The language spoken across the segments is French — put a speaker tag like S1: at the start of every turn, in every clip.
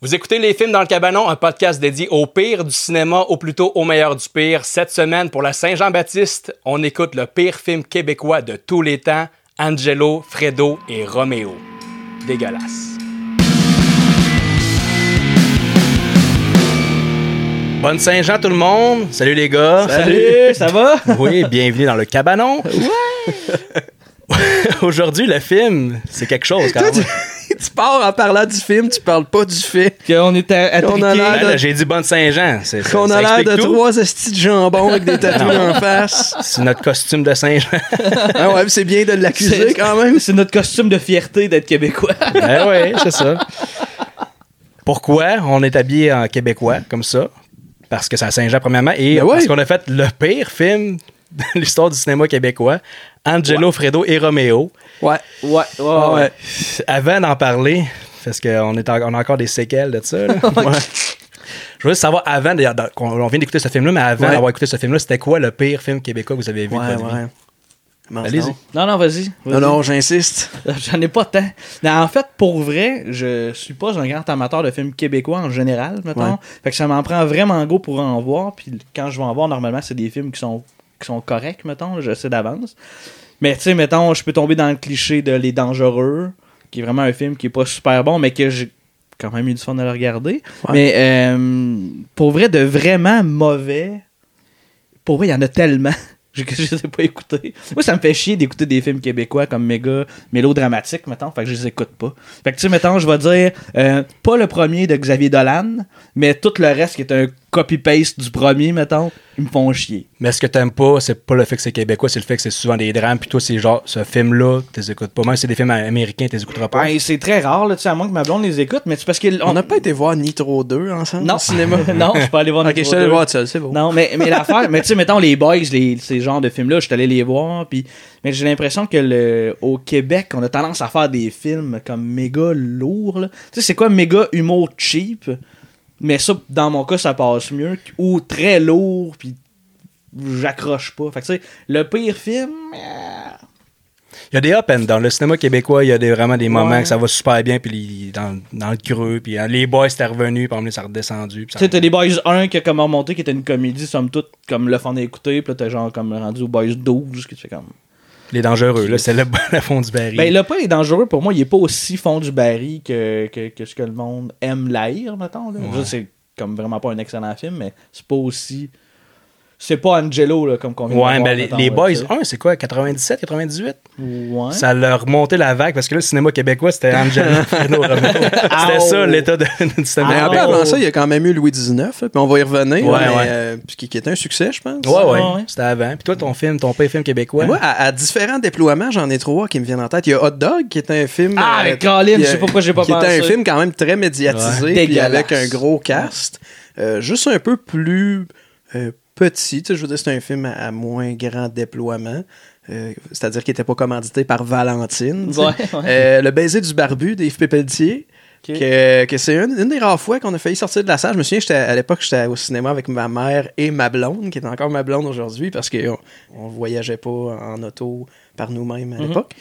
S1: Vous écoutez Les Films dans le Cabanon, un podcast dédié au pire du cinéma, ou plutôt au meilleur du pire. Cette semaine, pour la Saint-Jean-Baptiste, on écoute le pire film québécois de tous les temps, Angelo, Fredo et Romeo. Dégueulasse. Bonne Saint-Jean tout le monde. Salut les gars.
S2: Salut, ça va?
S1: Oui, bienvenue dans le cabanon. Aujourd'hui, le film, c'est quelque chose quand
S2: Toi,
S1: même.
S2: tu, tu pars en parlant du film, tu parles pas du fait
S3: qu'on est à,
S2: On a
S1: Ben
S2: l'air
S1: là,
S2: de-
S1: J'ai dit bonne Saint-Jean. c'est- ça-
S2: Ah, qu'on
S1: ça
S2: a l'air
S1: explique
S2: de
S1: tout.
S2: trois estis de jambon avec des tatouages en face.
S1: C'est notre costume de Saint-Jean.
S2: Ah ouais, puis c'est bien de l'accuser quand même.
S3: C'est notre costume de fierté d'être québécois.
S1: ben oui, c'est ça. Pourquoi on est habillé en québécois comme ça? Parce que c'est à Saint-Jean, premièrement, et
S2: Ben ouais.
S1: parce qu'on a fait le pire film de l'histoire du cinéma québécois, Angelo, Fredo et Romeo.
S2: Ouais.
S3: Ouais, ouais,
S2: Ah ouais.
S1: Avant d'en parler, parce qu'on est en- on a encore des séquelles de ça. là. Ouais. Je veux juste savoir, avant, d'ailleurs, dans- qu'on- on vient d'écouter ce film-là, mais avant
S2: Ouais.
S1: d'avoir écouté ce film-là, c'était quoi le pire film québécois que vous avez vu de
S2: Ouais,
S1: votre vie?
S2: ouais. Commence
S1: Allez-y.
S2: donc.
S3: Non, non, vas-y.
S2: Non, non, j'insiste.
S3: J'en ai pas tant. Non, en fait, pour vrai, je suis pas un grand amateur de films québécois en général, mettons.
S2: Ouais.
S3: Fait que ça m'en prend vraiment go pour en voir. Puis quand je vais en voir, normalement, c'est des films qui sont, qui sont corrects, mettons. là, Je sais d'avance. Mais tu sais, mettons, je peux tomber dans le cliché de Les Dangereux, qui est vraiment un film qui est pas super bon, mais que j'ai quand même eu du fun à le regarder.
S2: Ouais.
S3: Mais euh, pour vrai, de vraiment mauvais, pour vrai, il y en a tellement que je les ai pas écoutés. Moi, ça me fait chier d'écouter des films québécois comme méga mélodramatiques, mettons, fait que je les écoute pas. Fait que tu sais, mettons, je vais dire, euh, pas le premier de Xavier Dolan, mais tout le reste qui est un copy-paste du premier, mettons, ils me font chier.
S1: Mais ce que t'aimes pas, c'est pas le fait que c'est québécois, c'est le fait que c'est souvent des drames. Puis toi, c'est genre, ce film-là, tu les écoutes pas. Même si c'est des films américains, tu les écouteras pas.
S3: Ben, c'est très rare, là, tu sais, à moins que ma blonde les écoute, mais c'est parce qu'on
S2: On n'a pas été voir Nitro 2 ensemble
S3: Non,
S2: au cinéma.
S3: non, je peux aller voir
S2: ok,
S3: Nitro
S2: je suis allé
S3: 2.
S2: le voir tout seul, c'est beau.
S3: Non, mais, mais l'affaire, mais tu sais, mettons les Boys, les, ces genres de films-là, je suis allé les voir, puis mais j'ai l'impression que le, au Québec, on a tendance à faire des films comme méga lourds, là. Tu sais, c'est quoi méga humour cheap, mais ça, dans mon cas, ça passe mieux, ou très lourd, puis j'accroche pas. Fait que tu sais, le pire film, euh,
S1: Il y a des up and down. Le cinéma québécois, il y a des, vraiment des moments
S3: Ouais.
S1: que ça va super bien, puis les- dans, dans le creux, puis hein, les boys, c'était revenu, puis à un moment donné, ça a redescendu. puis
S3: tu
S1: ça-
S3: sais, t'as les Boys 1 qui a comme remonté, qui était une comédie, somme toute, comme le fun à écouter, puis là, t'as genre comme rendu au Boys 12, que tu fais comme.
S1: Les dangereux, là, c'est le, le fond du baril.
S3: Ben, le pain est dangereux pour moi, il est pas aussi fond du baril que, que, que ce que le monde aime l'air, mettons. Là. Je veux dire, C'est comme vraiment pas un excellent film, mais c'est pas aussi. C'est pas Angelo là, comme qu'on vient de
S1: ouais,
S3: voir,
S1: ben, les,
S3: mettons,
S1: les
S3: là,
S1: boys,
S3: tu sais.
S1: 1, c'est quoi, 97, 98?
S3: Ouais.
S1: Ça leur montait la vague, parce que là, le cinéma québécois, c'était Angelo Fredo Romeo. C'était ça,
S3: Ow.
S1: l'état de, du cinéma
S2: Mais
S3: Ah,
S2: un peu
S1: québécois.
S2: avant ça, il y a quand même eu Louis XIX, là, puis on va y revenir.
S1: Ouais,
S2: mais,
S1: ouais.
S2: euh, puis qui, qui est un succès, je pense.
S1: Ouais, ouais,
S3: Ah, ouais. Ben,
S1: c'était avant. Puis toi, ton film, ton pire film québécois.
S2: Moi, à, à différents déploiements, j'en ai trois qui me viennent en tête. Il y a Hot Dog, qui est un film. euh,
S3: Ah, mais Colin,
S2: qui,
S3: je sais pas pourquoi j'ai pas
S2: qui était
S3: pensé.
S2: un film quand même très médiatisé,
S3: Ouais.
S2: puis avec un
S3: Dégueulasse.
S2: gros cast. Euh, juste un peu plus euh, petit. Tu sais, je veux dire, c'est un film à, à moins grand déploiement. Euh, C'est-à-dire qu'il n'était pas commandité par Valentine. tu sais.
S3: Ouais, ouais.
S2: Euh, le baiser du barbu d'Yves Pépeltier.
S3: Ok.
S2: Que, que c'est une, une des rares fois qu'on a failli sortir de la salle. Je me souviens, j'étais- à l'époque, j'étais au cinéma avec ma mère et ma blonde, qui est encore ma blonde aujourd'hui, parce qu'on on voyageait pas en auto par nous-mêmes à l'époque.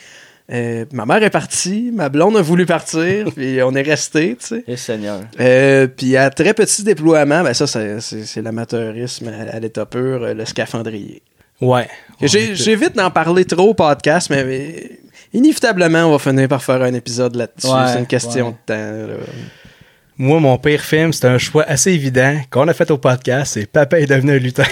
S2: Euh, ma mère est partie, ma blonde a voulu partir, puis on est resté, tu sais.
S3: Eh, Seigneur.
S2: Euh, puis à très petit déploiement, ben ça, c'est, c'est- c'est l'amateurisme à, à l'état pur, euh, le scaphandrier.
S1: Ouais.
S2: Que j'ai- J'évite d'en parler trop au podcast, mais, mais inévitablement, on va finir par faire un épisode là-dessus.
S3: Ouais,
S2: c'est une question
S3: ouais.
S2: de temps. là.
S1: Moi, mon pire film, c'est un choix assez évident qu'on a fait au podcast, c'est Papa est devenu un lutin.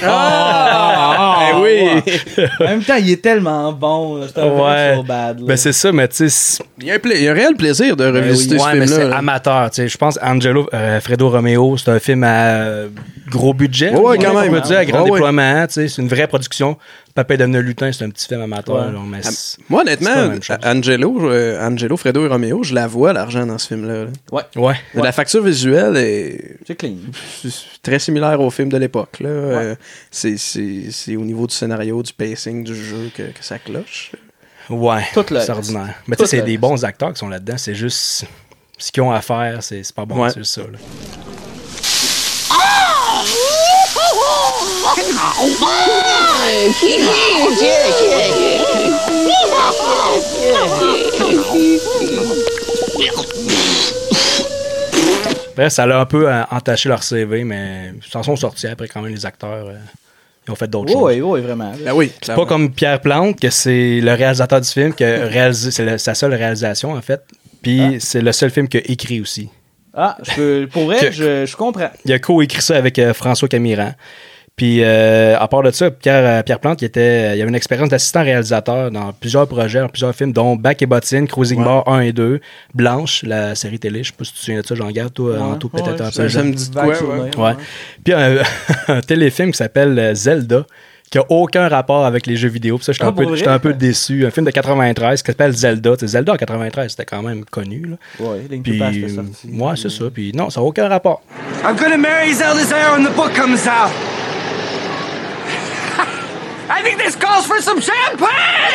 S3: Ah,
S2: Eh oui!
S3: En même temps, il est tellement bon. là, C'est un
S1: Ouais.
S3: film so bad. là.
S1: Ben, c'est ça, mais tu sais. c'est-
S2: Il y, a un pla- il y a un réel plaisir de revisiter
S1: Ben Ouais,
S2: ce
S1: mais
S2: film-là.
S1: c'est
S2: là.
S1: amateur. tu sais. Je pense Angelo, euh, Fredo Romeo, c'est un film à euh, gros budget.
S2: Ouais, ouais, quand
S1: on
S2: même.
S1: peut dire, à grand
S2: Ouais, ouais.
S1: déploiement. tu sais, C'est une vraie production. Papa est devenu un lutin, c'est un petit film amateur.
S3: Ouais.
S1: là, mais c'est-
S2: Moi,
S1: C'est pas la
S2: honnêtement,
S1: même chose.
S2: Angelo, euh, Angelo, Fredo et Romeo, je la vois, l'argent dans ce film-là. là.
S3: Ouais,
S1: Ouais.
S2: La facture visuelle est
S3: c'est clean.
S2: c'est très similaire au film de l'époque. là. Euh, c'est- c'est c'est au niveau du scénario, du pacing, du jeu que, que ça cloche.
S1: Ouais.
S3: Tout le
S1: C'est
S3: reste.
S1: ordinaire. Mais tu sais,
S3: Tout
S1: c'est
S3: le
S1: des
S3: reste.
S1: bons acteurs qui sont là-dedans. C'est juste ce qu'ils ont à faire. C'est c'est pas bon.
S2: Ouais.
S1: C'est ça. là. Bref, ça l'a un peu euh, entaché leur CV, mais ils s'en sont sortis après quand même, les acteurs. euh, ils ont fait d'autres choses.
S3: Oui, oui, vraiment.
S2: Ben oui,
S3: Ah
S1: C'est pas comme Pierre Plante, que c'est le réalisateur du film, que réalisé, c'est le- sa seule réalisation, en fait. Puis c'est le seul film qu'il a écrit aussi.
S3: Ah, je peux- pour vrai,
S1: Que-
S3: je, je comprends.
S1: Il a co-écrit ça avec euh, François Camiran. Puis, euh, à part de ça, Pierre, euh, Pierre Plante, il, était, il avait une expérience d'assistant réalisateur dans plusieurs projets, dans plusieurs films, dont Bac et Bottine, Cruising Bar 1 et 2, Blanche, la série télé. Je sais pas si tu te souviens de ça, j'en garde, toi,
S3: Ouais.
S1: en tout,
S3: Ouais,
S1: peut-être un
S3: ça,
S1: peu.
S2: Ça
S1: là.
S2: me dit de
S3: Vague
S2: quoi,
S3: souvenir,
S2: ouais.
S1: Ouais. Puis, un, un téléfilm qui s'appelle euh, Zelda, qui a aucun rapport avec les jeux vidéo. Puis ça, j'étais
S3: Ah,
S1: un, peu-
S3: pour
S1: j'étais
S3: vrai?
S1: un peu déçu. Un film de 93 qui s'appelle Zelda. Tu sais, Zelda en 93, c'était quand même connu. là.
S3: Ouais, Link to
S1: Puis,
S3: Past est sorti.
S1: moi, c'est ça. Puis, non, ça n'a aucun rapport.
S4: I'm gonna marry Zelda's heir when the book comes out. I think this calls for some champagne!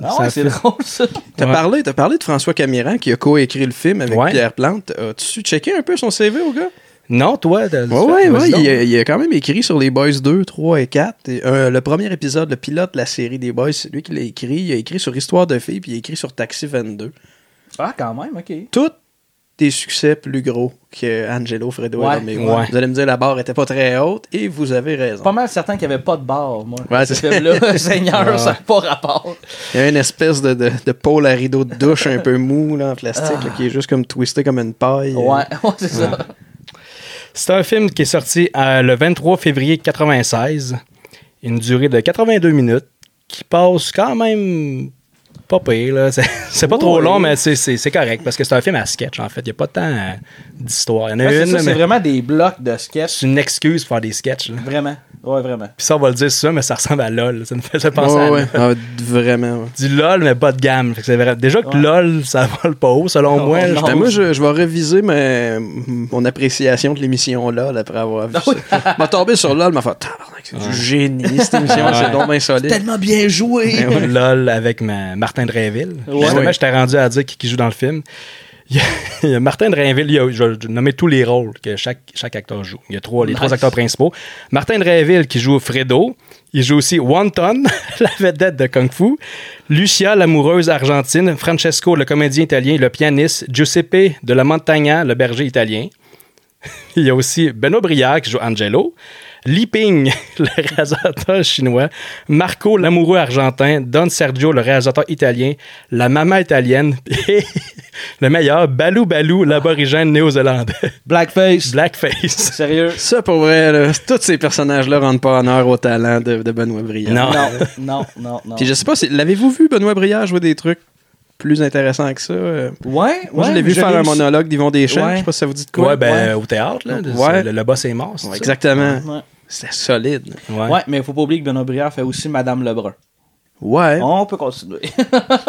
S3: Ah ouais,
S1: Ça
S3: c'est
S1: fait-
S3: drôle, ça.
S2: T'as
S1: Ouais.
S2: parlé, t'as parlé de François Camiran qui a coécrit le film avec
S1: Ouais.
S2: Pierre Plante. As-tu checké un peu son CV au gars?
S1: Non, toi, t'as-
S2: Oui, oui,
S1: vas-y
S2: oui.
S1: donc.
S2: Il, a- il a quand même écrit sur les Boys 2, 3 et 4. Et, euh, le premier épisode, le pilote de la série des Boys, c'est lui qui l'a écrit. Il a écrit sur Histoire de filles, puis il a écrit sur Taxi 22.
S3: Ah, quand même, ok.
S2: Tous des succès plus gros que Angelo, Fredo
S3: Ouais.
S2: et Romeo.
S1: Ouais.
S2: Vous allez me dire, la barre était pas très haute, et vous avez raison.
S3: Pas mal certain qu'il n'y avait pas de barre, moi.
S2: Ouais,
S3: ce
S2: c'est-
S3: film-là, Seigneur,
S1: Ouais.
S3: ça n'a pas rapport.
S2: Il y a une espèce de, de, de pôle à rideau de douche un peu mou là, en plastique
S1: Ah.
S2: là, qui est juste comme twisté comme une paille.
S3: Ouais, ouais, c'est ça.
S1: C'est un film qui est sorti euh, le 23 février 96, une durée de 82 minutes, qui passe quand même pas pire. là. C'est- C'est pas trop
S3: Ouais.
S1: long, mais c'est- c'est c'est correct, parce que c'est un film à sketch, en fait. Il n'y a pas tant euh, d'histoire. Il y en a
S3: Ouais, c'est
S1: une,
S3: ça,
S1: là,
S3: c'est
S1: mais
S3: vraiment des blocs de sketch.
S1: c'est une excuse pour faire des sketchs. là.
S3: Vraiment. Ouais, vraiment.
S1: Puis ça, on va le dire, c'est ça, mais ça ressemble à LOL. Ça nous faisait
S2: Ouais,
S1: penser à
S2: ouais.
S1: LOL.
S2: Ah, vraiment. ouais.
S1: Du LOL, mais bas de gamme. Fait que c'est vrai. Déjà que
S3: Ouais.
S1: LOL, ça vole pas haut, selon
S3: Non,
S1: moi. là.
S3: non.
S2: Ben, moi, je, je vais réviser ma- mon appréciation de l'émission LOL après avoir vu ça. m'a tombé sur LOL, m'a fait Tabarnak, c'est du génie cette émission,
S1: Ouais.
S2: c'est donc bien solide.
S3: Tellement bien joué.
S1: LOL avec ma- Martin Drainville.
S3: Ben Ouais.
S1: Justement,
S2: Oui.
S1: j'étais rendu à dire qui, qui joue dans le film. Il y a, il y a Martin Drainville, il y a- je vais nommer tous les rôles que chaque, chaque acteur joue. Il y a trois, les
S3: Nice.
S1: trois acteurs principaux. Martin Drainville qui joue Fredo. Il joue aussi Wonton, la vedette de Kung Fu. Lucia, l'amoureuse argentine. Francesco, le comédien italien, le pianiste. Giuseppe de la Montagna, le berger italien. Il y a aussi Benoît Briard qui joue Angelo, Li Ping, le réalisateur chinois, Marco, l'amoureux argentin, Don Sergio, le réalisateur italien, la maman italienne et le meilleur, Balou Balou, l'aborigène néo-zélandais.
S3: Blackface.
S1: Blackface.
S3: Sérieux.
S2: Ça, pour vrai, là, tous ces personnages-là rendent pas honneur au talent de, de Benoît Briard.
S1: Non.
S3: Non, non, non, non.
S2: Puis je sais pas, si, l'avez-vous vu, Benoît Briard, jouer des trucs plus intéressants que ça? euh?
S3: Ouais,
S2: Moi,
S3: ouais,
S2: je l'ai vu
S3: mais
S2: faire un
S3: réussi-
S2: monologue d'Yvon Deschamps,
S3: Ouais.
S2: je sais pas si ça vous dit de quoi.
S1: Ouais, ben, au théâtre, là,
S2: Ouais.
S1: le, le boss est mort. c'est
S2: Ouais,
S1: ça?
S2: exactement.
S3: Ouais.
S2: C'était solide.
S1: Ouais.
S3: Ouais, mais il faut pas oublier que Benoît Brière fait aussi Madame Lebrun.
S2: Ouais.
S3: On peut continuer.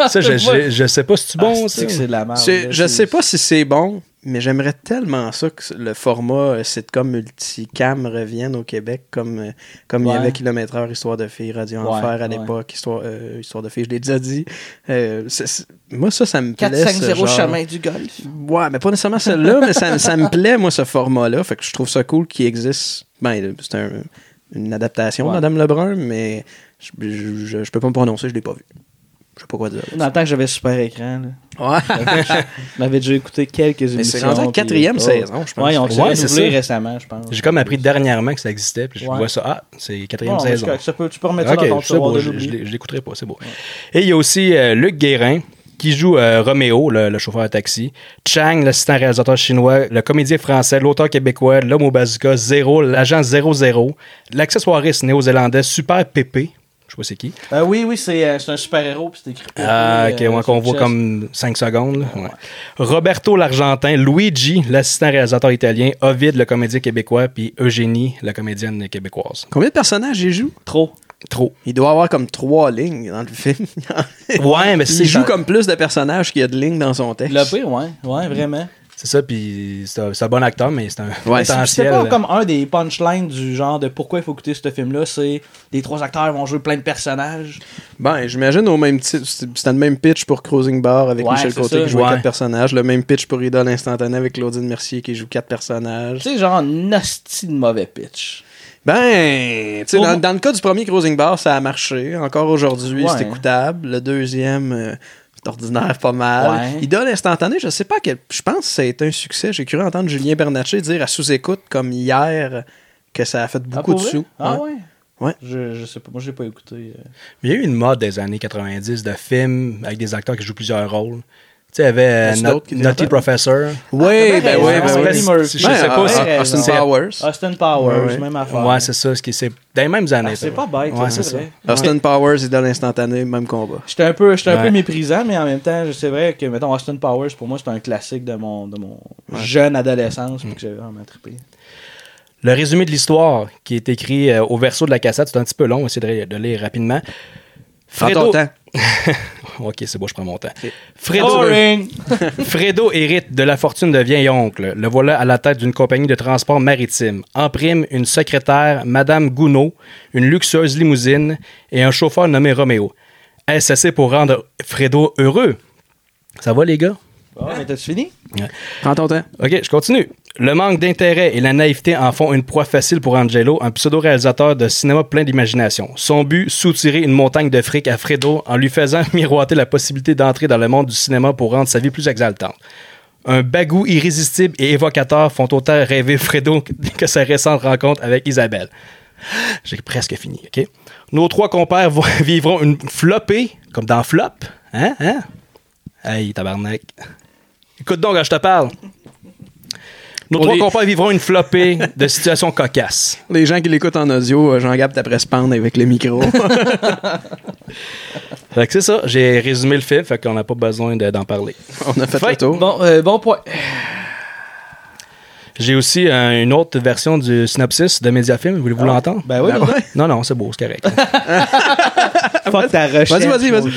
S1: Ça, je, je, je sais pas si c'est bon,
S3: Ah,
S1: ça.
S3: c'est que c'est de la merde.
S2: C'est-
S3: là,
S2: je
S3: c'est-
S2: sais pas si c'est bon, mais j'aimerais tellement ça que le format euh, sitcom multicam revienne au Québec comme, euh, comme il y
S3: Ouais.
S2: avait Kilomètre Heure, Histoire de filles, Radio
S3: Ouais,
S2: Enfer à
S3: ouais.
S2: l'époque, histoire, euh, Histoire de filles, je l'ai déjà dit. Euh, c'est- c'est- moi, ça, ça me plaît. ce
S3: 4-5-0
S2: genre.
S3: chemin du golf.
S2: Ouais, mais pas nécessairement celle-là, mais ça, ça me plaît, moi, ce format-là. Fait que je trouve ça cool qu'il existe. Ben, c'est un- une adaptation
S3: Ouais.
S2: de Madame Lebrun, mais je, je, je- je peux pas me prononcer, je l'ai pas vu. Je sais pas quoi dire.
S3: Dans le temps que j'avais super écran, là.
S2: Ouais.
S3: Je m'avais déjà écouté quelques émissions.
S2: Mais c'est rendu à la
S3: puis-
S2: quatrième
S3: oh.
S2: saison, je pense.
S3: Ouais, on
S1: Ouais,
S3: s'est
S1: c'est
S3: renouvelé
S1: ça.
S3: récemment, je pense.
S1: J'ai comme appris dernièrement que ça existait, puis je
S3: Ouais.
S1: vois ça. Ah, c'est quatrième
S3: Bon, mais c'est
S1: saison.
S3: correct, ça peut- Tu peux remettre
S1: Ok,
S3: ça dans ton
S1: c'est beau,
S3: tiroir de
S1: je,
S3: l'oubli.
S1: je l'ai- je l'écouterai pas, c'est beau. Et il y a aussi euh, Luc Guérin qui joue euh, Roméo, le, le chauffeur de taxi, Chang, l'assistant réalisateur chinois, le comédien français, l'auteur québécois, l'homme au bazooka, Zéro, l'agent 00, l'accessoiriste néo-zélandais Super Pépé, je sais pas c'est qui,
S3: Euh, oui, oui, c'est euh, c'est un super-héros, puis c'est écrit.
S1: ah,
S3: euh,
S1: ok, ouais,
S3: sur
S1: qu'on
S3: le
S1: voit
S3: chest.
S1: comme 5 secondes. là. Ouais. Roberto l'Argentin, Luigi, l'assistant réalisateur italien, Ovid, le comédien québécois, puis Eugénie, la comédienne québécoise.
S2: Combien de personnages il joue
S3: Trop.
S1: Trop.
S2: Il doit avoir comme trois lignes dans le film.
S1: Ouais, mais c'est
S2: il joue
S1: ça-
S2: comme plus de personnages qu'il y a de lignes dans son texte.
S3: Le pire, ouais, ouais, vraiment.
S1: C'est ça, puis c'est un, c'est un bon acteur, mais c'est un
S2: Ouais, c'est-
S1: potentiel. hein.
S3: C'était pas comme un des punchlines du genre de pourquoi il faut écouter ce film-là, c'est les trois acteurs vont jouer plein de personnages.
S2: Ben, j'imagine au même titre. c'est- C'était le même pitch pour Cruising Bar avec
S3: Ouais,
S2: Michel
S3: c'est
S2: Côté
S3: ça.
S2: qui joue
S1: Ouais.
S2: quatre personnages. Le même pitch pour Idole Instantanée avec Claudine Mercier qui joue quatre
S3: Tu
S2: personnages.
S3: sais, genre, nasty de mauvais pitch.
S2: Ben, tu sais,
S3: Au moins-
S2: dans, dans le cas du premier Cruising Bar, ça a marché. Encore aujourd'hui,
S3: Ouais.
S2: c'est écoutable. Le deuxième, euh, C'est ordinaire pas mal.
S3: Ouais.
S2: Idole instantanée, je sais pas à quel. Je pense que ça a été un succès. J'ai cru entendre Julien Bernatchez dire à sous-écoute, comme hier, que ça a fait beaucoup de sous.
S3: Ah
S2: Ouais.
S3: ouais?
S2: Ouais.
S3: Je, je sais pas, moi je l'ai pas écouté. euh.
S1: Il y a eu une mode des années 90 de films avec des acteurs qui jouent plusieurs rôles. Tu sais, il y avait euh,
S2: Est-ce
S1: Nut-
S2: d'autres qui viennent
S1: Nutty
S2: faire?
S1: Professor.
S2: Oui,
S3: Ah, t'as
S2: ben
S3: bien
S2: oui,
S3: raison,
S2: ben
S3: Eddie
S2: oui.
S3: Murphy.
S1: Je sais
S2: Ben,
S1: pas
S2: ah,
S1: si-
S2: ah, Austin
S3: c'est-
S2: Powers.
S3: Austin Powers,
S2: Ouais, ouais.
S3: même affaire.
S1: Ouais, c'est ça. ce qui- C'est dans les mêmes années.
S3: Ah, c'est
S1: ça,
S3: pas
S1: ouais.
S3: bête,
S1: Ouais,
S3: c'est
S1: c'est
S3: vrai.
S1: ça.
S2: Austin Powers, idole instantanée, même combat.
S3: J'étais un peu, j'étais un peu
S1: Ouais.
S3: méprisant, mais en même temps, je- c'est vrai que, mettons, Austin Powers, pour moi, c'est un classique de mon, de mon jeune adolescence,
S2: Mm.
S3: puis que j'avais vraiment trippé.
S1: Le résumé de l'histoire qui est écrit euh, au verso de la cassette, c'est un petit peu long, on va essayer de, ré- de lire rapidement.
S2: Prends ton temps.
S1: ok, c'est beau, je prends mon temps. Fredo,
S3: Boring!
S1: Fredo hérite de la fortune de vieil oncle. Le voilà à la tête d'une compagnie de transport maritime. En prime, une secrétaire, Madame Gounod, une luxueuse limousine et un chauffeur nommé Roméo. Est-ce assez pour rendre Fredo heureux? Ça va, les gars?
S3: Bon, mais t'as-tu fini?
S2: Prends ton temps.
S1: OK, je continue. Le manque d'intérêt et la naïveté en font une proie facile pour Angelo, un pseudo-réalisateur de cinéma plein d'imagination. Son but, soutirer une montagne de fric à Fredo en lui faisant miroiter la possibilité d'entrer dans le monde du cinéma pour rendre sa vie plus exaltante. Un bagou irrésistible et évocateur font autant rêver Fredo que sa récente rencontre avec Isabelle. J'ai presque fini, OK? Nos trois compères vont- vivront une flopée, comme dans Flop. Hein? Hein? Hey, tabarnak. Écoute donc, quand je te parle. Nos
S2: Pour
S1: trois
S2: les-
S1: compères vivront une flopée de situations cocasses.
S2: Les gens qui l'écoutent en audio, euh, Jean-Gab, t'apprêtes à se pendre avec le micro.
S1: Fait que c'est ça, j'ai résumé le film, fait qu'on n'a pas besoin de- d'en parler.
S2: On a fait
S1: Fait-
S2: le tour.
S3: Bon, euh, bon point.
S1: J'ai aussi euh, une autre version du synopsis de Mediafilm, voulez-vous l'entendre?
S3: Ben oui, donc.
S1: Non, non, c'est beau, c'est correct.
S3: fuck ta recherche.
S2: Vas-y, vas-y, vas-y.
S3: mon gars.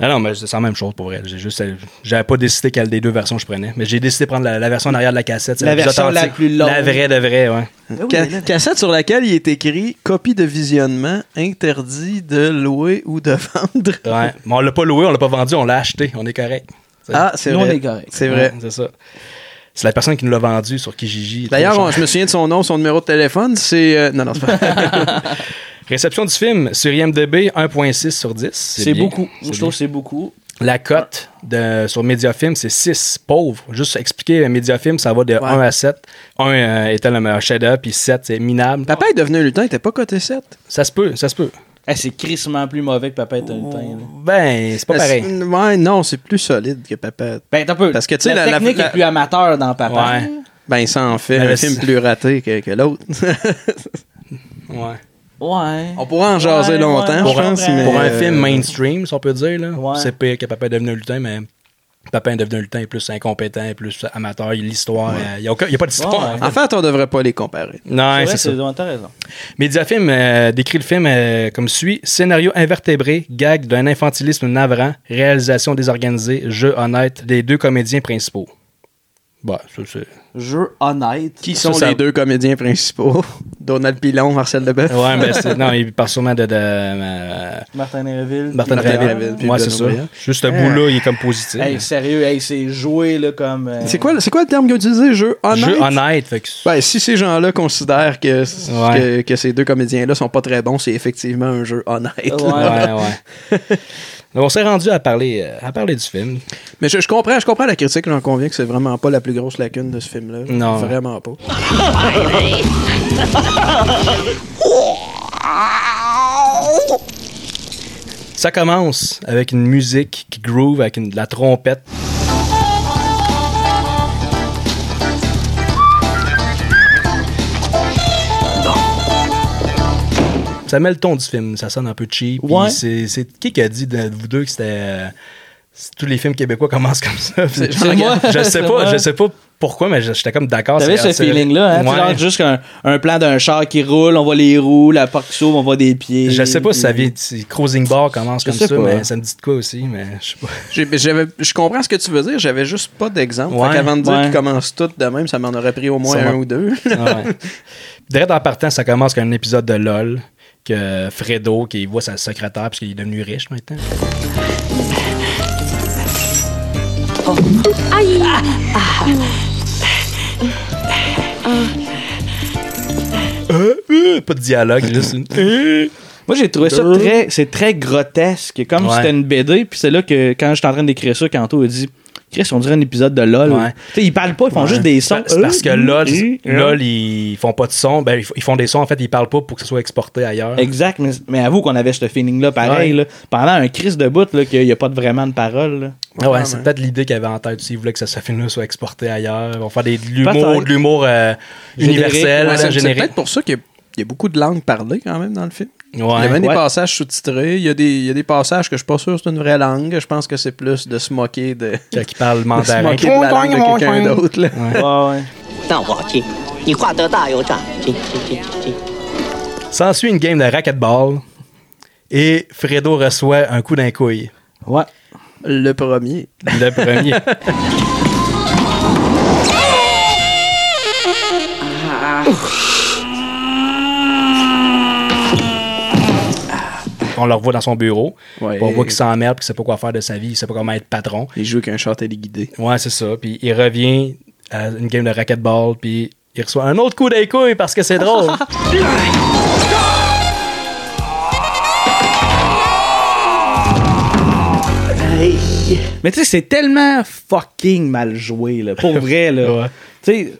S1: Ah non, mais c'est la même chose pour elle. J'ai juste, euh, j'avais pas décidé quelle des deux versions je prenais, mais j'ai décidé de prendre la, la version en arrière de la cassette. c'est
S3: La
S1: plus
S3: version la
S1: authentique.
S3: plus longue.
S1: La vraie de vraie, ouais.
S2: Ca- cassette sur laquelle il est écrit copie de visionnement interdit de louer ou de vendre.
S1: ouais. Mais on l'a pas loué, on l'a pas vendu, on l'a acheté. On est correct. C'est-
S2: Ah, c'est
S3: Nous, on
S2: vrai.
S3: est correct.
S2: C'est vrai.
S1: Ouais, c'est ça. C'est la personne qui nous l'a vendu sur Kijiji.
S2: D'ailleurs,
S1: Très
S2: on-
S1: cher.
S2: je me souviens de son nom, son numéro de téléphone, c'est. euh, non, non, c'est pas.
S1: réception du film sur IMDb 1.6 sur 10.
S3: C'est
S1: bien. C'est
S3: beaucoup. Moi, je
S1: bien.
S3: trouve que c'est beaucoup.
S1: La cote de, sur Mediafilm, c'est 6. Pauvre. Juste expliquer, euh, Mediafilm, ça va de 1 à 7. 1 euh, étant le meilleur chef-d'œuvre, puis 7, c'est minable.
S2: Papa est devenu un lutin, il était pas côté 7.
S1: Ça se peut, ça se peut.
S3: Eh, c'est crissement plus mauvais que Papa est un lutin.
S2: Oh.
S3: là.
S1: Ben, c'est pas pareil.
S2: Ouais, non, c'est plus solide que Papa.
S3: Ben, t'as peu.
S2: Parce que, tu sais,
S3: la,
S2: la- la-
S3: technique
S2: la-
S3: est plus amateur dans Papa.
S1: Ouais.
S2: Ben, il s'en fait
S1: Mais
S2: un
S1: le-
S2: film plus raté que, que l'autre.
S1: Ouais.
S3: Ouais.
S2: On pourra en jaser
S3: Ouais,
S2: longtemps,
S3: ouais,
S2: je pense.
S3: comprends.
S2: mais-
S1: Pour un
S2: euh,
S1: film mainstream, si on peut dire, là,
S3: Ouais.
S1: c'est pire que Papa est devenu un lutin, mais Papa est devenu un lutin, il est plus incompétent, il est plus amateur, il- l'histoire, euh, il n'y a, aucun- il y a pas d'histoire.
S3: Ouais.
S2: En fait, on devrait pas les comparer.
S1: Non,
S3: vrai,
S1: c'est ça.
S3: c'est intéressant.
S1: Mediafilm euh, décrit le film euh, comme suit scénario invertébré, gag d'un infantilisme navrant, réalisation désorganisée, jeu honnête des deux comédiens principaux. Bah, ça, c'est.
S3: Jeu honnête.
S2: Qui
S1: Ça,
S2: sont
S1: ça-
S2: les deux comédiens principaux Donald Pilon, Marcel Leboeuf.
S1: Ouais, mais c'est. Non, il parle sûrement de. de, euh,
S3: Martin Nerville.
S1: Martin
S2: Martin
S1: Ravel.
S2: Ravel, puis
S1: Ouais,
S2: Benoît
S1: c'est ça.
S2: Briand.
S1: Juste ce bout-là, il est comme positif.
S3: Hey, sérieux, hey, c'est joué là comme. euh,
S2: C'est quoi, c'est quoi le terme qu'ils ont utilisé Jeu honnête
S1: Jeu honnête, fait que.
S2: Ben, si ces gens-là considèrent que, que,
S1: Ouais.
S2: que ces deux comédiens-là sont pas très bons, c'est effectivement un jeu honnête. là.
S3: Ouais.
S1: ouais, ouais. Donc, on s'est rendu à parler, euh, à parler du film.
S2: Mais je, je comprends, je comprends la critique, j'en conviens que c'est vraiment pas la plus grosse lacune de ce film-là.
S1: Non.
S2: Vraiment pas.
S1: Ça commence avec une musique qui groove avec une- de la trompette. Ça met le ton du film, ça sonne un peu cheap. puis
S3: Ouais.
S1: C'est c'est- qui qui a dit de vous deux que c'était euh, c'est- tous les films québécois commencent comme ça.
S3: c'est moi.
S1: Je sais
S3: C'est
S1: pas,
S3: moi.
S1: je sais pas pourquoi, mais j'étais comme d'accord.
S3: T'avais
S1: c'est-
S3: ce
S1: c'est-
S3: feeling-là, hein? tu
S1: Ouais.
S3: sais, genre, juste un, un plan d'un char qui roule, on voit les roues, la porte qui s'ouvre, on voit des pieds.
S1: Je sais pas si ça
S3: puis-
S1: vient. si Cruising Bar commence
S3: Je
S1: comme
S3: sais
S1: ça,
S3: pas.
S1: mais ça me dit de quoi aussi, mais je sais pas.
S2: J'ai- j'avais- Je comprends ce que tu veux dire, j'avais juste pas d'exemple.
S1: Ouais,
S2: Fait qu'avant de dire
S3: ouais.
S2: qu'ils commencent tous de même, ça m'en aurait pris au moins
S1: Ça m'a-
S2: un ou deux.
S1: Ouais. Direct en partant, ça commence avec un épisode de LOL que Fredo, qui voit sa secrétaire parce qu'il est devenu riche maintenant. Ah. Ah. Euh, euh, pas de dialogue, juste une...
S3: Moi, j'ai trouvé ça très, c'est très grotesque. Comme
S1: Ouais.
S3: si c'était une BD, puis c'est là que quand j'étais en train d'écrire ça, Kanto a dit Chris, on dirait un épisode de LOL.
S1: Ouais.
S3: Tu sais, Ils parlent pas, ils font juste des sons.
S1: C'est parce que LOL,
S3: Euh, euh,
S1: LOL, ils font pas de son. Ben, ils f- ils font des sons, en fait, ils parlent pas pour que ce soit exporté ailleurs.
S3: Exact, mais, mais avoue qu'on avait ce feeling-là pareil.
S1: Ouais.
S3: là. pendant un Chris de bout, là, qu'il n'y a pas de- vraiment de parole. là.
S1: Ah ouais,
S2: Ouais,
S1: c'est
S2: ouais.
S1: peut-être l'idée qu'il avait en tête aussi. Il voulait que ce, ce film-là soit exporté ailleurs. Ils vont faire des, de l'humour,
S3: Peut-être.
S1: de l'humour euh,
S3: Générique,
S1: universel,
S3: ouais,
S2: C'est c'est
S1: générique.
S2: peut-être pour ça qu'il y a- il y a beaucoup de langues parlées quand même dans le film. il y a
S1: Ouais.
S2: même
S3: ouais.
S2: des passages sous-titrés. Il y, a des, il y a des passages que je suis pas sûr que c'est une vraie langue. Je pense que c'est plus de se moquer de,
S1: Quand ils parlent
S2: de, se
S1: mandarin.
S2: moquer de la langue de quelqu'un d'autre. là.
S3: Ouais, ouais.
S5: 那我进，你画得大有长进，进进进进。
S1: S'ensuit une game de racquetball et Fredo reçoit un coup d'un couille.
S3: Ouais.
S2: Le premier.
S1: Le premier. On le revoit dans son bureau.
S2: Ouais.
S1: On voit qu'il s'emmerde, qu'il sait pas quoi faire de sa vie, il sait pas comment être patron.
S2: Il joue avec un chat téléguidé.
S1: Ouais, c'est ça. Puis il revient à une game de racquetball, puis il reçoit un autre coup des couilles parce que c'est drôle.
S3: Mais tu sais, c'est tellement fucking mal joué, là. Pour vrai, là.
S1: Ouais.
S3: Tu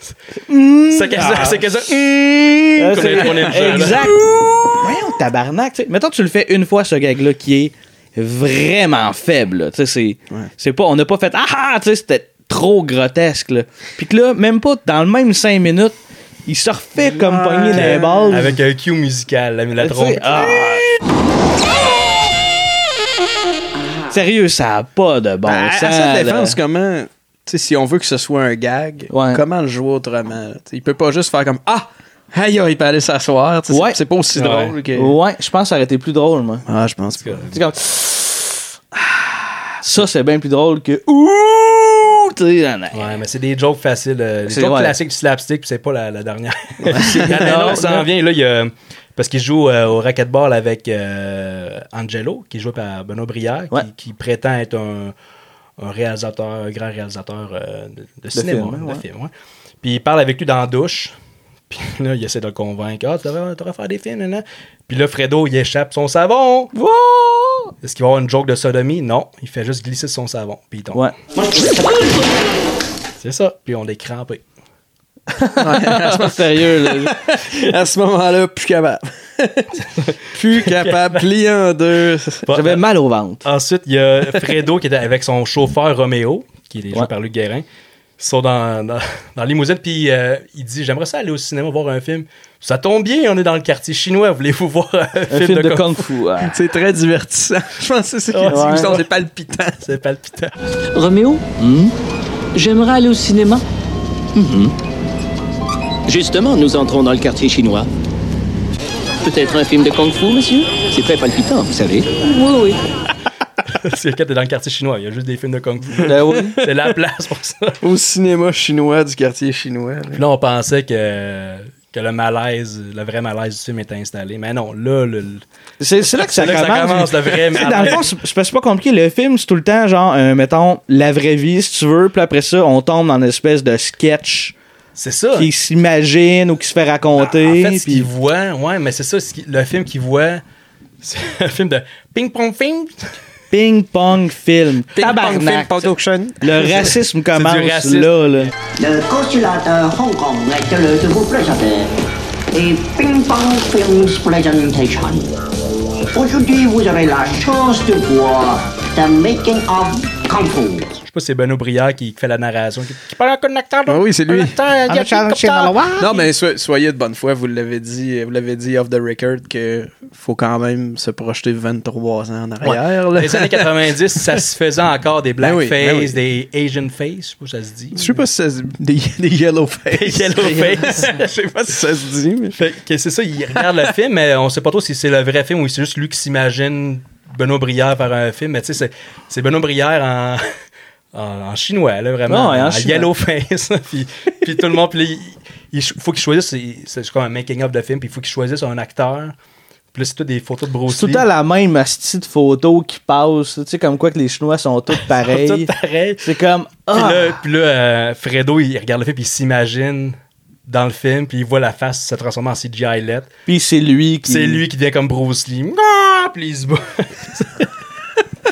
S3: sais,
S1: c'est que ça. C'est que ça.
S3: Ah.
S1: Mmh, qu'on est- qu'on est déjà, là.
S3: euh, exact. Voyons, tabarnak. tu sais. Mettons, tu le fais une fois, ce gag-là, qui est vraiment faible. là. Tu sais, c'est c'est pas. On n'a pas fait. Ah ah! Tu sais, c'était trop grotesque, là. Puis que là, même pas dans le même 5 minutes, il se refait comme pogné d'un balles.
S1: Avec un cue musical, la, la
S3: Tu sais,
S1: trompe.
S3: ah. Sérieux, ça a pas de bon
S2: Ben, à-
S3: sens.
S2: à, sa
S3: là.
S2: défense, comment. tu sais, si on veut que ce soit un gag,
S3: Ouais.
S2: comment le jouer autrement? là? Tu sais, il peut pas juste faire comme Ah! Aïe, aïe, il peut aller s'asseoir. Tu sais, c'est-
S3: Ouais.
S2: C'est pas aussi
S1: Ouais.
S2: drôle que.
S3: Ouais, je pense que ça aurait été plus drôle, moi.
S2: Ah, je pense pas.
S3: Tu sais, comme- Ah, Ça, c'est bien plus drôle que. Ouh! Tu sais, non, non.
S1: Ouais, mais c'est des jokes faciles. euh, des
S3: C'est-
S1: jokes
S3: ouais.
S1: classiques du slapstick, puis c'est pas la, la dernière. Il y en a un autre qui s'en
S3: Non.
S1: vient, là, il y a- Parce qu'il joue euh, au racquetball avec euh, Angelo, qui joue par Benoît Brière, qui-
S3: Ouais.
S1: qui, prétend être un, un réalisateur, un grand réalisateur euh, de, de cinéma,
S3: film,
S1: de
S3: ouais.
S1: film, ouais. Puis il parle avec lui dans la douche. Puis là, il essaie de le convaincre. Ah, tu devrais, tu devrais faire des films, nan, nan. Puis là, Fredo, il échappe son savon.
S3: Ouh!
S1: Est-ce qu'il va y avoir une joke de sodomie? Non. Il fait juste glisser son savon. Puis il tombe.
S3: Ouais.
S1: C'est ça. Puis on est crampé.
S3: Sérieux, là.
S2: À ce moment-là, plus capable. plus capable. Client 2.
S3: J'avais mal au ventre.
S1: Ensuite, il y a Fredo qui était avec son chauffeur Roméo, qui est joué
S3: Ouais.
S1: par Luc Guérin. Ils sont dans, dans, dans la limousine, puis euh, il dit J'aimerais ça aller au cinéma voir un film. Ça tombe bien, on est dans le quartier chinois, voulez-vous voir un,
S3: Un film, de kung fu. ah.
S2: C'est très divertissant. Je pense que c'est ça qui
S1: Ouais.
S2: dit. Ils sont des palpitants.
S1: C'est palpitant.
S6: Roméo
S5: Hum
S6: J'aimerais aller au cinéma.
S5: Justement, nous entrons dans le quartier chinois. Peut-être un film de kung-fu, monsieur C'est très palpitant, vous savez.
S6: Oui, oui.
S1: C'est le cas, t'es dans le quartier chinois, il y a juste des films de kung fu.
S5: Euh,
S3: Ben oui.
S1: C'est la place pour ça.
S2: Au cinéma chinois du quartier chinois. là.
S1: Puis là, on pensait que, que le malaise, le vrai malaise du film était installé. Mais non, là, le, le-
S3: C'est c'est là que ça
S1: C'est là
S3: commence.
S1: que ça commence, le vrai
S3: Tu sais, Dans le fond, c'est c'est pas- c'est pas compliqué. Le film, c'est tout le temps, genre, euh, mettons, la vraie vie, si tu veux. Puis après ça, on tombe dans une espèce de sketch
S1: c'est ça.
S3: qui s'imagine ou qui se Ah. fait raconter.
S1: En fait, ce
S3: puis-
S1: qu'il voit, ouais, mais c'est ça, ce qu'il- le film qu'il voit, c'est un film de ping-pong-ping.
S3: ping-pong film. Tabarnak. Le racisme commence
S1: racisme.
S3: là, là.
S7: Le consulat de Hong Kong est-le de vous présenter les Ping Pong Films Presentation. Aujourd'hui, vous aurez la chance de voir The Making of Kung Fu.
S1: Je sais pas si c'est Benoît Brière qui fait la narration. Qui, qui parle en connecteur.
S2: Ah oui, c'est lui.
S1: Connecteur, il y a un connecteur.
S2: Non, mais so- soyez de bonne foi. Vous l'avez dit, vous l'avez dit off the record que faut quand même se projeter 23 ans en arrière. là.
S1: Dans Les années 90, ça se faisait encore des
S2: Ben oui,
S1: blackface,
S2: ben oui.
S1: des Asian face, je sais pas si ça se dit.
S2: Je sais pas si ça se des, des yellow face.
S1: Des yellow face. Je sais pas si ça
S2: ça se dit, mais.
S1: Fait que c'est ça, il regarde le film, mais on sait pas trop si c'est le vrai film ou c'est juste lui qui s'imagine Benoît Brière faire un film. Mais tu sais, c'est- c'est Benoît Brière en, en, en chinois, là, vraiment.
S3: Ouais, en
S1: en
S3: chinois.
S1: yellow face. puis, puis tout le monde, puis là, il, il faut qu'il choisisse, c'est comme un making-of de film, puis il faut qu'il choisisse un acteur. Puis là, c'est tout des photos de Bruce
S3: C'est tout le temps la même asti de photos qui passe. Tu sais, comme quoi que les Chinois sont tous
S1: Lee. Tout
S3: pareils.
S1: pareil.
S3: C'est comme.
S1: Puis
S3: Ah!
S1: là, puis là, euh, Fredo, il regarde le film, puis il s'imagine dans le film, puis il voit la face se transformer en CGI LED.
S3: Puis c'est lui qui.
S1: C'est lui qui devient comme Bruce Lee. Ah, puis il se bat.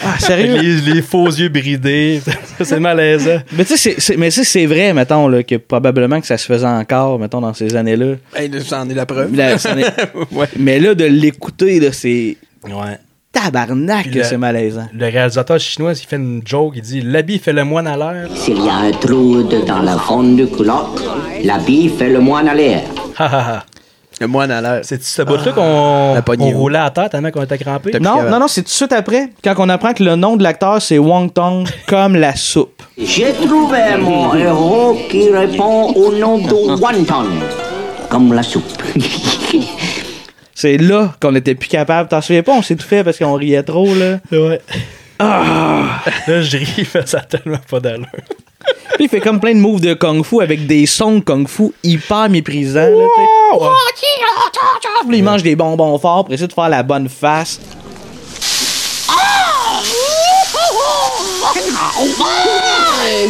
S3: Ah,
S1: Avec
S3: sérieux?
S1: les, les faux yeux bridés. Ça, c'est malaisant.
S3: Mais tu sais, c'est- c'est- mais ça, c'est vrai, mettons, là, que probablement que ça se faisait encore, mettons, dans ces années-là.
S2: Hey, ça en est la preuve.
S3: Là, c'en est-
S2: Ouais.
S3: Mais là, de l'écouter, là, c'est
S1: Ouais.
S3: tabarnak
S1: Puis
S3: que
S1: le-
S3: c'est malaisant.
S1: Le réalisateur chinois, il fait une joke, il dit L'habit fait le moine à l'air.
S7: S'il y a un trou dans la fond du culotte, la bille fait le moine à l'air.
S1: Ha, ha, ha.
S2: Le moine à l'air.
S1: C'est ce bout-là qu'on
S2: la poignée,
S1: on roulait à terre tellement qu'on était crampé.
S2: T'as-
S3: Non,
S2: Puis, euh,
S3: non, non, c'est tout de suite après, quand on apprend que le nom de l'acteur, c'est Wong Tong, comme la soupe.
S7: J'ai trouvé mon héros qui répond au nom de Wanton, comme la soupe.
S3: C'est là qu'on était plus capable. T'en souviens pas, on s'est tout fait parce qu'on riait trop, là.
S1: Ouais. Là, je ris, mais ça a tellement pas d'allure.
S3: Puis il fait comme plein de moves de kung-fu avec des sons de kung-fu hyper méprisants, là, tu sais. Puis il mange des bonbons forts pour essayer de faire la bonne face.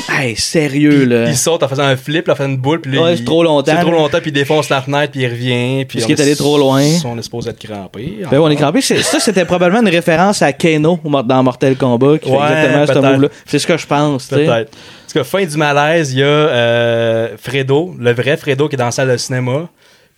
S3: Hey, sérieux, là.
S1: Il saute en faisant un flip, là, en faisant une boule, puis là,
S3: Ouais,
S1: il-
S3: c'est trop longtemps.
S1: C'est trop longtemps, puis il défonce la fenêtre, puis il revient. Puis
S3: Parce
S1: on
S3: qu'il est allé trop loin.
S1: On est supposé être crampé.
S3: Ben ouais, on est crampé. C'est- Ça, c'était probablement une référence à Kano au mor- dans Mortal Kombat qui fait
S1: Ouais,
S3: exactement ce
S1: peut-être.
S3: move-là. C'est ce que je pense, tu sais.
S1: Peut-être. Parce que fin du malaise, il y a euh, Fredo, le vrai Fredo qui est dans la salle de cinéma,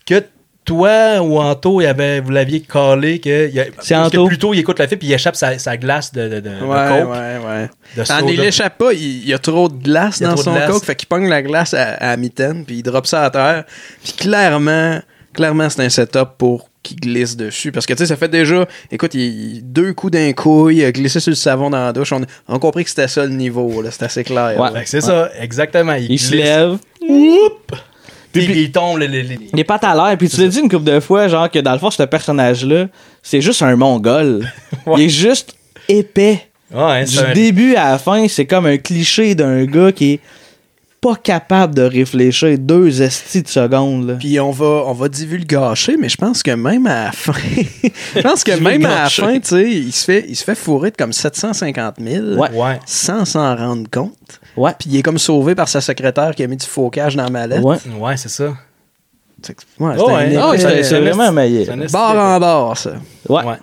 S1: que toi ou Anto, il avait, vous l'aviez collé que. il y a-
S3: C'est
S1: parce que
S3: Anto.
S1: Plus tôt, il écoute la fille puis il échappe sa, sa glace de, de, de- de
S2: Ouais,
S1: coke.
S2: ouais, ouais.
S1: De
S2: T'en
S1: soda.
S2: il échappe pas, il, il y a trop de glace
S1: Il y a
S2: dans
S1: trop de
S2: son
S1: glace.
S2: coke, fait qu'il pogne la glace à, à mitaine, puis il drop ça à terre. Puis clairement, clairement, c'est un setup pour qu'il glisse dessus. Parce que, tu sais, ça fait déjà, écoute, il, il- deux coups d'un couille, il a glissé sur le savon dans la douche. On, on a compris que c'était ça le niveau, là, c'est assez clair.
S3: Ouais.
S2: là.
S1: Fait que C'est ça, exactement. Il,
S3: Il se
S1: glisse,
S3: lève,
S1: Puis, puis il tombe. le- le- le-
S3: les pattes à l'air, puis tu l'as dit une couple de fois, genre que dans le fond, ce personnage-là, c'est juste un mongol. Il est juste épais.
S1: Ouais, hein,
S3: Du
S1: c'est un-
S3: début à la fin, c'est comme un cliché d'un gars qui est pas capable de réfléchir deux estis de secondes. là.
S2: Puis on va, on va divulgacher, mais je pense que même à la fin, je pense que même à la
S1: Divulgacher.
S2: fin, tu sais, il se fait, il se fait fourrer de comme 750 000
S3: Ouais.
S1: Ouais.
S2: sans s'en rendre compte.
S3: Ouais.
S2: Puis il est comme sauvé par sa secrétaire qui a mis du focage dans la mallette.
S3: Ouais.
S1: Ouais, c'est ça.
S2: Fait que- Ouais,
S1: Oh, ouais.
S2: c'était
S1: Ah,
S2: un
S1: ouais,
S2: épais-
S3: c'est- c'est vraiment maillé.
S1: C'est Ben un esti-
S2: Barre en barre, ça.
S3: Ouais.
S1: Ouais.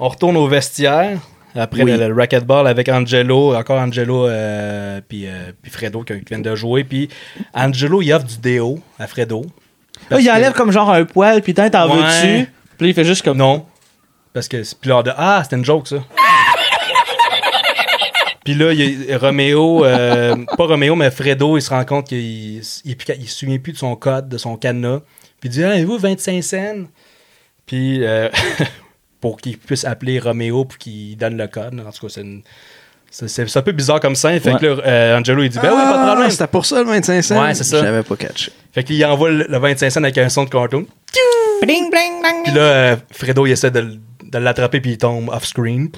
S1: On retourne au vestiaire. Après
S2: Oui.
S1: le, le racquetball avec Angelo, encore Angelo euh, puis, euh, puis Fredo qui, qui viennent de jouer. Puis Angelo, il offre du déo à Fredo.
S3: Là,
S1: Parce
S3: Ah, il
S1: que-
S3: enlève comme genre un poil, puis t'en t'en
S1: Ouais.
S3: veux-tu? Puis là, il fait juste comme.
S1: Non. Parce que c'est puis là, de Ah, c'était une joke, ça. puis là, il y a Roméo, euh, pas Roméo, mais Fredo, il se rend compte qu'il il, est plus ca- il se souvient plus de son code, de son cadenas. Puis il dit Ah, vous, 25 cents Puis euh, pour qu'il puisse appeler Roméo pour qu'il donne le code. En tout cas, c'est une- c'est- C'est c'est un peu bizarre comme ça. Fait
S3: Ouais.
S1: que là, euh, Angelo, il dit Ben oui, pas de
S2: Ah,
S1: problème.
S2: C'était pour ça le 25 cents.
S1: Ouais, c'est ça.
S2: J'avais pas catché.
S1: Fait qu'il envoie le, le 25 cents avec un son de cartoon.
S3: Bling, bling, bling.
S1: Puis là, euh, Fredo, il essaie de, l- de l'attraper, puis il tombe off-screen.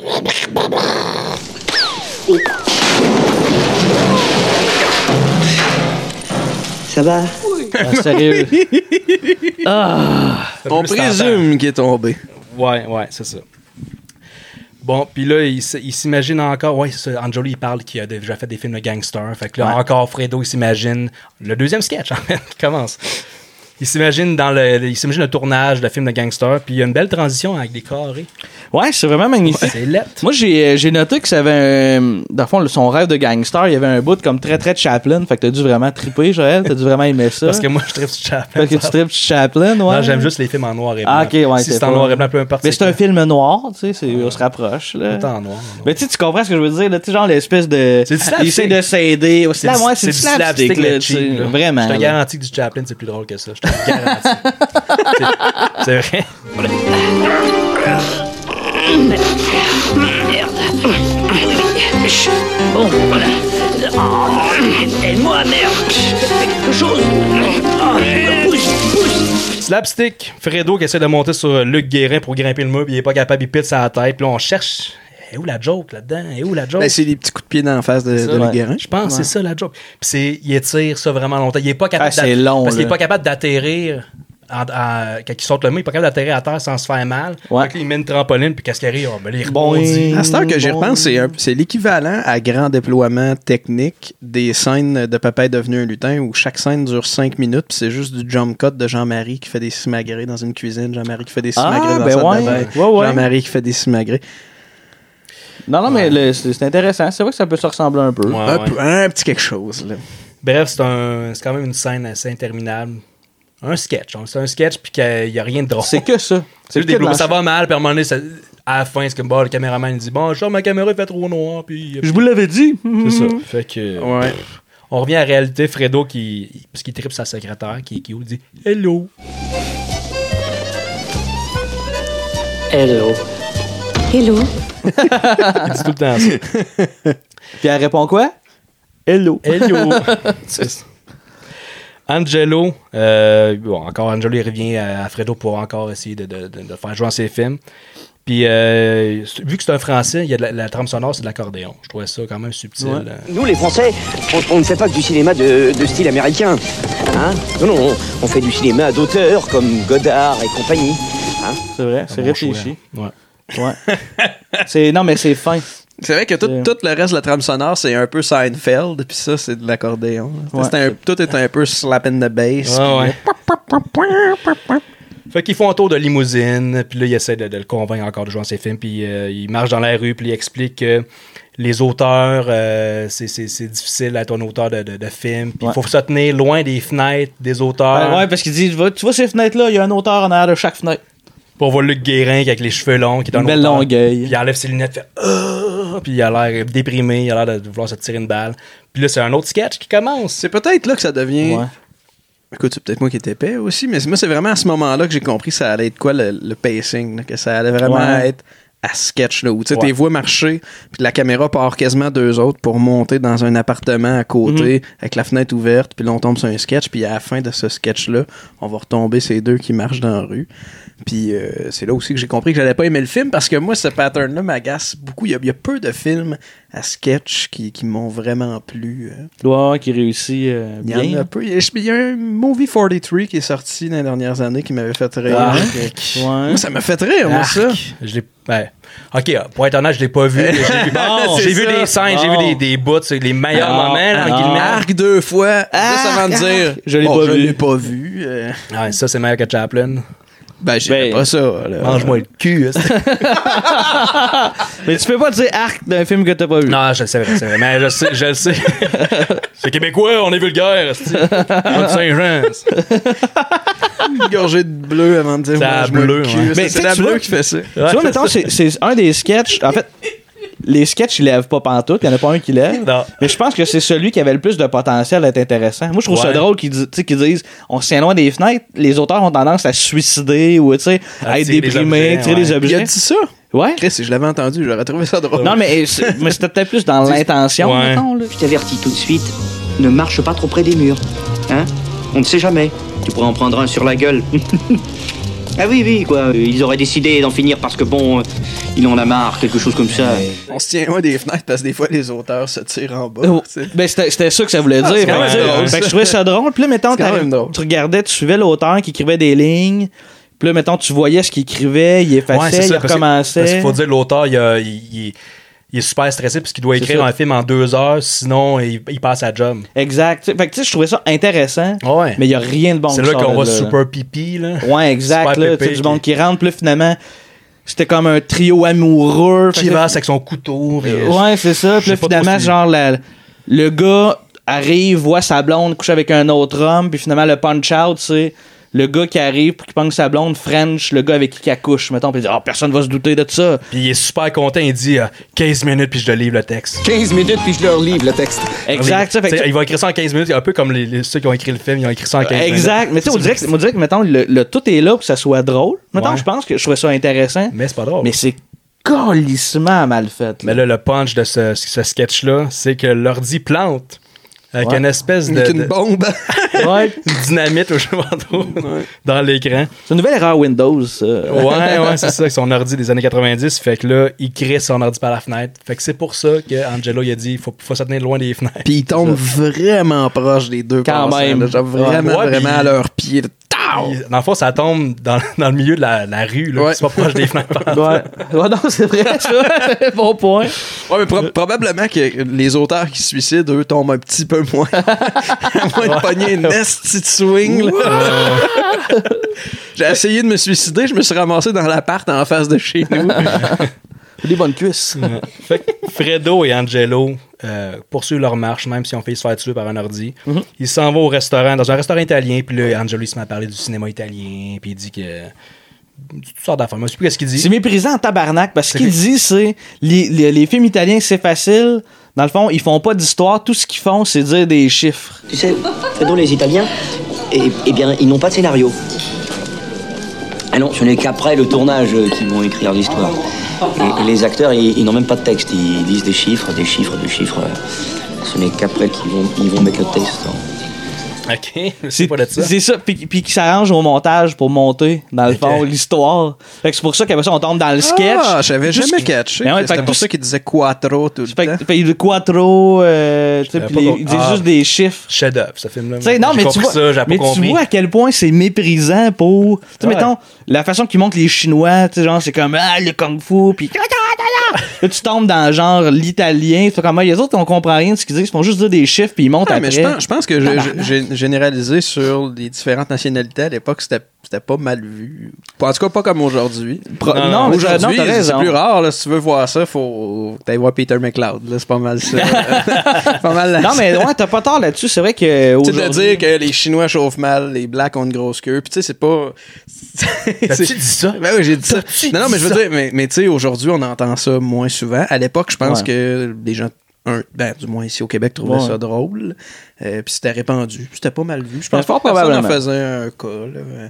S8: Ça va
S3: Ah, sérieux.
S2: On
S1: Plus tentant.
S2: présume qu'il est tombé.
S1: Oh. Ouais, ouais, c'est ça. Bon, puis là, il, s- il s'imagine encore. Ouais, c'est ça. Angelo, il parle qu'il a déjà fait des films de gangsters. Fait que là, encore Fredo, il s'imagine. Le deuxième sketch, en fait, qui commence. Il s'imagine dans le, il s'imagine le tournage de film de gangster, puis il y a une belle transition avec des carrés.
S3: Ouais, c'est vraiment magnifique.
S1: C'est lettre.
S3: Moi, j'ai, euh, j'ai noté que ça avait un. Dans le fond, le- son rêve de gangster, il y avait un bout comme très très Chaplin. Fait que t'as dû vraiment triper, Joël. T'as dû vraiment aimer ça.
S1: Parce que moi, je tripe sur Chaplin.
S3: Parce que tu tripes Chaplin, ouais.
S1: Non, j'aime juste les films en noir et blanc.
S3: Ah, ok, ouais.
S1: Si
S3: t'es
S1: c'est en
S3: pas-
S1: noir et blanc, peu importe.
S3: Mais c'est un
S1: quoi.
S3: film noir, tu sais, c'est- on se rapproche, là.
S1: Tout en noir. non.
S3: Mais tu sais, tu comprends ce que je veux dire, là, tu sais, genre l'espèce de.
S1: C'est du
S3: Il essaie de s'aider. Ouais, C'est,
S1: du-
S3: là, ouais, c'est du slapstick,
S1: mais
S3: là, tu
S1: cheap,
S3: sais,
S1: là.
S3: Vraiment.
S1: Je te
S3: là.
S1: garantis que du Chaplin, c'est plus drôle que ça. Je te le garantis. C'est- c'est vrai.
S8: Aide-moi, merde Quelque chose Pousse, pousse
S1: Slapstick, Fredo qui essaie de monter sur euh, Luc Guérin pour grimper le mur, puis il est pas capable, il pète sa tête. Puis là, on cherche. Et où la joke là-dedans? Et où la joke?
S2: Ben, c'est des petits coups de pied dans la face de, de
S1: ça,
S2: Luc Guérin.
S1: Je pense que c'est ça la joke. Puis c'est, il étire ça vraiment longtemps. Il est pas capable
S3: Ah, c'est
S1: d'att-
S3: long,
S1: Parce qu'il est
S3: là.
S1: pas capable d'atterrir en- en- quand il saute le mur, il est pas capable d'atterrir à terre sans se faire mal.
S3: Ouais.
S1: Fait que là, il met une trampoline, puis qu'est-ce qui arrive? Ah, ben là, il
S3: Boing.
S1: rebondit.
S2: À cette heure que j'y repense, c'est, un- c'est l'équivalent à grand déploiement technique des scènes de Papa est devenu un lutin où chaque scène dure 5 minutes, puis c'est juste du jump cut de Jean-Marie qui fait des simagrées dans une cuisine, Jean-Marie qui fait des
S3: Ah,
S2: simagrées dans
S3: ben
S2: la salle
S3: ouais.
S2: de bain,
S3: Ouais, ouais.
S2: Jean-Marie qui fait des simagrées.
S3: Non, non, mais le- c'est c'est intéressant. C'est vrai que ça peut se ressembler un peu.
S1: Ouais,
S2: un,
S1: Ah, ouais.
S2: peu- un petit quelque chose. Là.
S1: Bref, c'est un, c'est quand même une scène assez interminable. Un sketch. donc C'est un sketch, puis qu'il n'y a rien de drôle.
S3: C'est que ça.
S1: C'est
S3: C'est
S1: juste
S3: que
S1: des blocs.
S3: de la-
S1: Ça va mal, puis à un moment donné, ça- à la fin, c'est comme bah, le caméraman il dit Bon, genre, ma caméra il fait trop noir, puis.
S3: Je vous l'avais dit. Mhm.
S1: C'est ça. Fait que.
S2: Ouais.
S1: On revient à la réalité, Fredo, qui, parce qu'il tripe sa secrétaire, qui, qui dit Hello.
S7: Hello. Hello.
S1: Il dit tout le temps ça.
S3: Puis elle répond quoi? Hello.
S1: Hello. C'est ça. Angelo, euh, bon, encore Angelo, il revient à, à Fredo pour encore essayer de, de- de- de faire jouer dans ses films. Puis, euh, c'est- vu que c'est un français, il y a de la, la trame sonore, c'est de l'accordéon. Je trouvais ça quand même subtil.
S3: Ouais.
S1: euh.
S5: Nous, les Français, on, on ne fait pas que du cinéma de, de style américain. Hein non, non, on, on fait du cinéma d'auteur comme Godard et compagnie. Hein
S3: C'est vrai, c'est
S1: Ah, Bon
S3: réfléchi.
S1: choix, hein.
S3: Ouais. C'est- non, mais c'est fin.
S2: C'est vrai que tout,
S3: Euh.
S2: tout le reste de la trame sonore, c'est un peu Seinfeld, puis ça, c'est de l'accordéon. là.
S3: Ouais.
S2: C'est un- tout est un peu slap in the bass.
S1: Ouais. Ah Ouais, ouais. Fait qu'ils font un tour de limousine, puis là, il essaie de, de le convaincre encore de jouer dans ses films, puis euh, il marche dans la rue, puis il explique que les auteurs, euh, c'est- c'est c'est difficile d'être un auteur de, de, de films, puis il
S3: Ouais.
S1: faut se tenir loin des fenêtres des auteurs.
S3: Ben ouais, parce qu'il dit, va- tu vois ces fenêtres-là, il y a un auteur en arrière de chaque fenêtre.
S1: Puis on voit Luc Guérin qui avec les cheveux longs, qui est un
S3: Une belle
S1: auteur.
S3: longueuil.
S1: Puis il enlève ses lunettes, fait Ah puis il a l'air déprimé, il a l'air de vouloir se tirer une balle. Puis là, c'est un autre sketch qui commence.
S2: C'est peut-être là que ça devient.
S3: Ouais.
S2: Écoute, c'est peut-être moi qui étais épais aussi, mais moi, c'est vraiment à ce moment-là que j'ai compris que ça allait être quoi le, le pacing, là, que ça allait vraiment
S3: Ouais.
S2: être à sketch, là, où tu sais,
S1: Ouais.
S2: tes voix marcher, puis la caméra part quasiment deux autres pour monter dans un appartement à côté, avec la fenêtre ouverte, puis là, on tombe sur un sketch, puis à la fin de ce sketch-là, on va retomber ces deux qui marchent dans la rue. Puis euh, c'est là aussi que j'ai compris que j'allais pas aimer le film, parce que moi, ce pattern-là m'agace beaucoup. Il y, a- il y a peu de films à sketch qui, qui m'ont vraiment plu. euh.
S3: Loire qui réussit euh,
S2: Il y en
S3: bien.
S2: a peu. Il y a, je- il y a un Movie 43 qui est sorti dans les dernières années qui m'avait fait rire.
S3: Ah.
S2: Que-
S3: Ouais.
S2: Moi, ça m'a fait rire, moi,
S1: Arc.
S2: ça.
S1: Je l'ai. ouais. Ok, pour être honnête, je l'ai pas vu. mais J'ai vu,
S3: Bon,
S1: j'ai
S3: c'est
S1: vu
S3: ça.
S1: des scènes, j'ai
S3: Bon.
S1: vu des, des bouts, c'est les meilleurs
S3: Ah,
S1: moments, là, entre
S3: ah.
S1: guillemets.
S2: Arc deux fois, juste avant de dire.
S3: Je l'ai
S2: Bon,
S3: pas vu.
S2: Je l'ai pas vu. euh,
S1: Ouais, ça, c'est meilleur que Chaplin.
S2: ben, j'ai
S3: Ben,
S2: pas ça. là.
S1: Mange-moi le cul. hein.
S3: Mais tu peux pas dire arc d'un film que t'as pas vu.
S1: non, je le sais, c'est vrai. Mais je sais, je le sais. c'est québécois, on est vulgaire. c'est- On est de Saint-Jean.
S2: une gorgée de bleu avant de dire.
S1: C'est la
S2: mange-moi le
S1: bleue,
S2: cul.
S1: ouais.
S2: Ça,
S3: Mais
S2: C'est
S3: tu
S2: la
S3: vois-
S2: bleue qui fait ça.
S3: tu vois, mettons, c'est- c'est un des sketchs. En fait, les sketchs, ils lèvent pas pantoute. Il y en a pas un qui lève.
S1: Non.
S3: Mais je pense que c'est celui qui avait le plus de potentiel d'être intéressant. Moi, je trouve ça
S1: Ouais.
S3: drôle qu'ils di- tu sais, qu'ils disent on se tient loin des fenêtres. Les auteurs ont tendance à se suicider ou tu sais, à être
S1: tirer des
S3: déprimés,
S1: objets,
S3: tirer des
S1: ouais.
S2: Il
S3: objets.
S2: a dit ça.
S3: Ouais.
S2: Chris, si je l'avais entendu, j'aurais trouvé ça drôle.
S3: Non, mais, c'est- mais c'était peut-être plus dans l'intention,
S1: Ouais.
S3: mettons, là.
S7: Je t'avertis tout de suite, ne marche pas trop près des murs.
S5: Hein On ne sait jamais. Tu pourrais en prendre un sur la gueule. ah oui, oui, quoi. Ils auraient décidé d'en finir parce que, bon, euh, il en a marre, quelque chose comme ça.
S2: On se tient loin des fenêtres parce que des fois, les auteurs se tirent en bas.
S3: Oh,
S2: tu sais.
S3: Ben, c'était c'était ça que ça
S1: Ah,
S3: voulait dire. hein.
S2: c'est quand
S3: Fait que,
S2: même drôle,
S3: fait
S2: ça.
S3: que Ben, je trouvais ça drôle. Puis là, mettons,
S2: C'est quand
S3: t'arri-
S2: même drôle.
S3: tu regardais, tu suivais l'auteur qui écrivait des lignes. Puis là, mettons, tu voyais ce qu'il écrivait, il
S1: Ouais,
S3: effaçait,
S1: c'est ça,
S3: il
S1: parce que- Parce
S3: recommençait.
S1: qu'il faut dire, l'auteur, il, a- il- il- il est super stressé parce qu'il doit
S3: C'est
S1: écrire
S3: ça.
S1: un film en deux heures, sinon il, il passe à job.
S3: Exact. Fait que tu sais, je trouvais ça intéressant.
S1: Ouais.
S3: Mais il n'y a rien de bon
S1: c'est
S3: qui
S1: là
S3: sort
S1: qu'on
S3: de
S1: voit
S3: là, là.
S1: Super Pipi. Là.
S3: Ouais, exact.
S1: Super
S3: Là,
S1: pépé
S3: tu sais, du monde qui rentre. Puis là, finalement, c'était comme un trio amoureux. Fait que
S1: Qui
S3: là,
S1: va avec son couteau. puis-
S3: Euh, Ouais, c'est ça. Puis
S1: Je
S3: là,
S1: sais pas trop
S3: finalement,
S1: si-
S3: genre, la- le gars arrive, voit sa blonde coucher avec un autre homme, puis finalement, le punch-out, c'est le gars qui arrive pour qu'il pogne sa blonde, French, le gars avec qui elle couche, mettons, puis il dit, oh, personne va se douter de ça.
S1: Puis il est super content, il dit euh, 15 minutes, puis je te livre le texte.
S9: 15 minutes, puis je leur livre le texte.
S3: Exact, ça,
S1: T'sais,
S3: fait que-
S1: Il va écrire ça en 15 minutes, un peu comme les, les- ceux qui ont écrit le film, ils ont écrit ça en 15 minutes.
S3: Exact. Mais tu sais, on dirait que, on dirait que, mettons, le, le tout est là pour que ça soit drôle. Mettons,
S1: Ouais.
S3: je pense que je trouvais ça intéressant.
S1: Mais c'est pas drôle.
S3: Mais c'est colissement mal fait.
S1: Mais
S3: là.
S1: là, le punch de ce, ce sketch-là, c'est que l'ordi plante avec
S3: Ouais.
S1: une espèce de,
S2: Avec une
S1: de-
S2: bombe.
S3: Ouais.
S1: dynamite au cheval dans l'écran.
S3: C'est une nouvelle erreur Windows, ça.
S1: Ouais, ouais, c'est ça, son ordi des années 90. Fait que là, il crée son ordi par la fenêtre. Fait que c'est pour ça que Angelo, il a dit faut, faut se tenir loin des fenêtres.
S2: Puis ils tombent vraiment proche des deux
S3: Quand
S2: passants,
S3: même. Ah,
S2: là, genre vraiment,
S1: Ouais,
S2: vraiment
S1: puis-
S2: à leurs pieds. là. Ta-
S1: Il- Dans le fond, ça tombe dans, dans le milieu de la, la rue, là.
S2: Ouais.
S1: C'est pas proche des fenêtres.
S3: Ouais. Ouais, non, c'est vrai, ça. bon point.
S2: Ouais, mais pro- probablement que les auteurs qui se suicident, eux, tombent un petit peu moins. à moins de pogner une esti de swing. là. J'ai essayé de me suicider, je me suis ramassé dans l'appart en face de chez nous.
S3: Des bonnes cuisses.
S1: Fait que Fredo et Angelo euh, poursuivent leur marche, même si on fait se faire tuer par un ordi.
S3: Mm-hmm.
S1: Ils s'en vont au restaurant, dans un restaurant italien, puis là, Angelo, il se met à parler du cinéma italien, puis il dit que. Toutes sortes d'affaires. Je sais plus qu'est-ce qu'il dit.
S3: C'est méprisant en tabarnak parce que ce qu'il dit, c'est les, les- les films italiens, c'est facile. Dans le fond, ils font pas d'histoire. Tout ce qu'ils font, c'est dire des chiffres.
S7: Tu sais, dont les Italiens, eh, eh bien, ils n'ont pas de scénario. Ah non, ce n'est qu'après le tournage euh, qu'ils vont écrire l'histoire.
S10: Ah.
S7: Et, et les acteurs, ils, ils n'ont même pas de texte. Ils disent des chiffres, des chiffres, des chiffres. Ce n'est qu'après qu'ils vont, ils vont mettre le texte.
S1: Ok, c'est pas de ça.
S3: C'est ça. Puis, puis qu'ils s'arrangent au montage pour monter, dans le fond, l'histoire. Fait que c'est pour ça qu'après ça, on tombe dans le sketch.
S2: Ah, j'avais
S3: Tout ce
S2: jamais
S3: qui-
S2: catché.
S3: Mais ouais, fait que
S2: C'était pour
S3: tout ce-
S2: ça qu'ils disaient quattro tout le
S3: Fait
S2: temps.
S3: que- fait que le quattro, euh, tu sais,
S1: J'avais
S3: puis
S1: pas
S3: les-
S1: compris.
S3: ils disent
S1: Ah.
S3: juste des chiffres.
S1: Chef-d'œuvre, ce film-là.
S3: Tu sais, non,
S1: J'ai
S3: mais, tu
S1: compris
S3: vois,
S1: ça, j'avais pas
S3: mais tu
S1: compris.
S3: vois à quel point c'est méprisant pour. Tu sais,
S1: Ouais.
S3: mettons, la façon qu'ils montrent les Chinois, tu sais, genre, c'est comme, ah, le Kung Fu, puis. Là, tu tombes dans, genre, l'italien, tu fais comme, ah, les autres, on comprend rien de ce qu'ils disent, ils font juste dire des chiffres, puis ils montent
S2: Ah,
S3: après.
S2: mais je pense, je pense que j'ai- j'ai généralisé sur les différentes nationalités à l'époque, c'était c'était pas mal vu. En tout cas, pas comme aujourd'hui.
S3: Pro- Non, non, mais t'as- non,
S2: aujourd'hui,
S3: t'as
S2: c'est
S3: raison.
S2: plus rare. là, si tu veux voir ça, faut t'ailles voir Peter McLeod. là, C'est pas mal ça. C'est pas mal. la-
S3: Non, mais ouais, t'as pas tort là-dessus, c'est vrai que.
S2: Tu sais, de
S3: aujourd'hui-
S2: dire que les Chinois chauffent mal, les Blacks ont une grosse queue, puis tu sais, c'est pas.
S1: T'as-tu dit ça?
S2: Ben oui, j'ai dit ça. Non, non, mais je veux dire, mais, mais tu sais, aujourd'hui, on entend ça moins souvent. À l'époque, je pense
S3: Ouais.
S2: que les gens, un, ben, du moins ici au Québec, trouvaient
S3: Ouais.
S2: ça drôle. Euh, puis c'était répandu. Puis C'était pas mal vu. Je pense
S3: Ben, fort
S2: que personne en
S3: probablement.
S2: faisait un cas. là.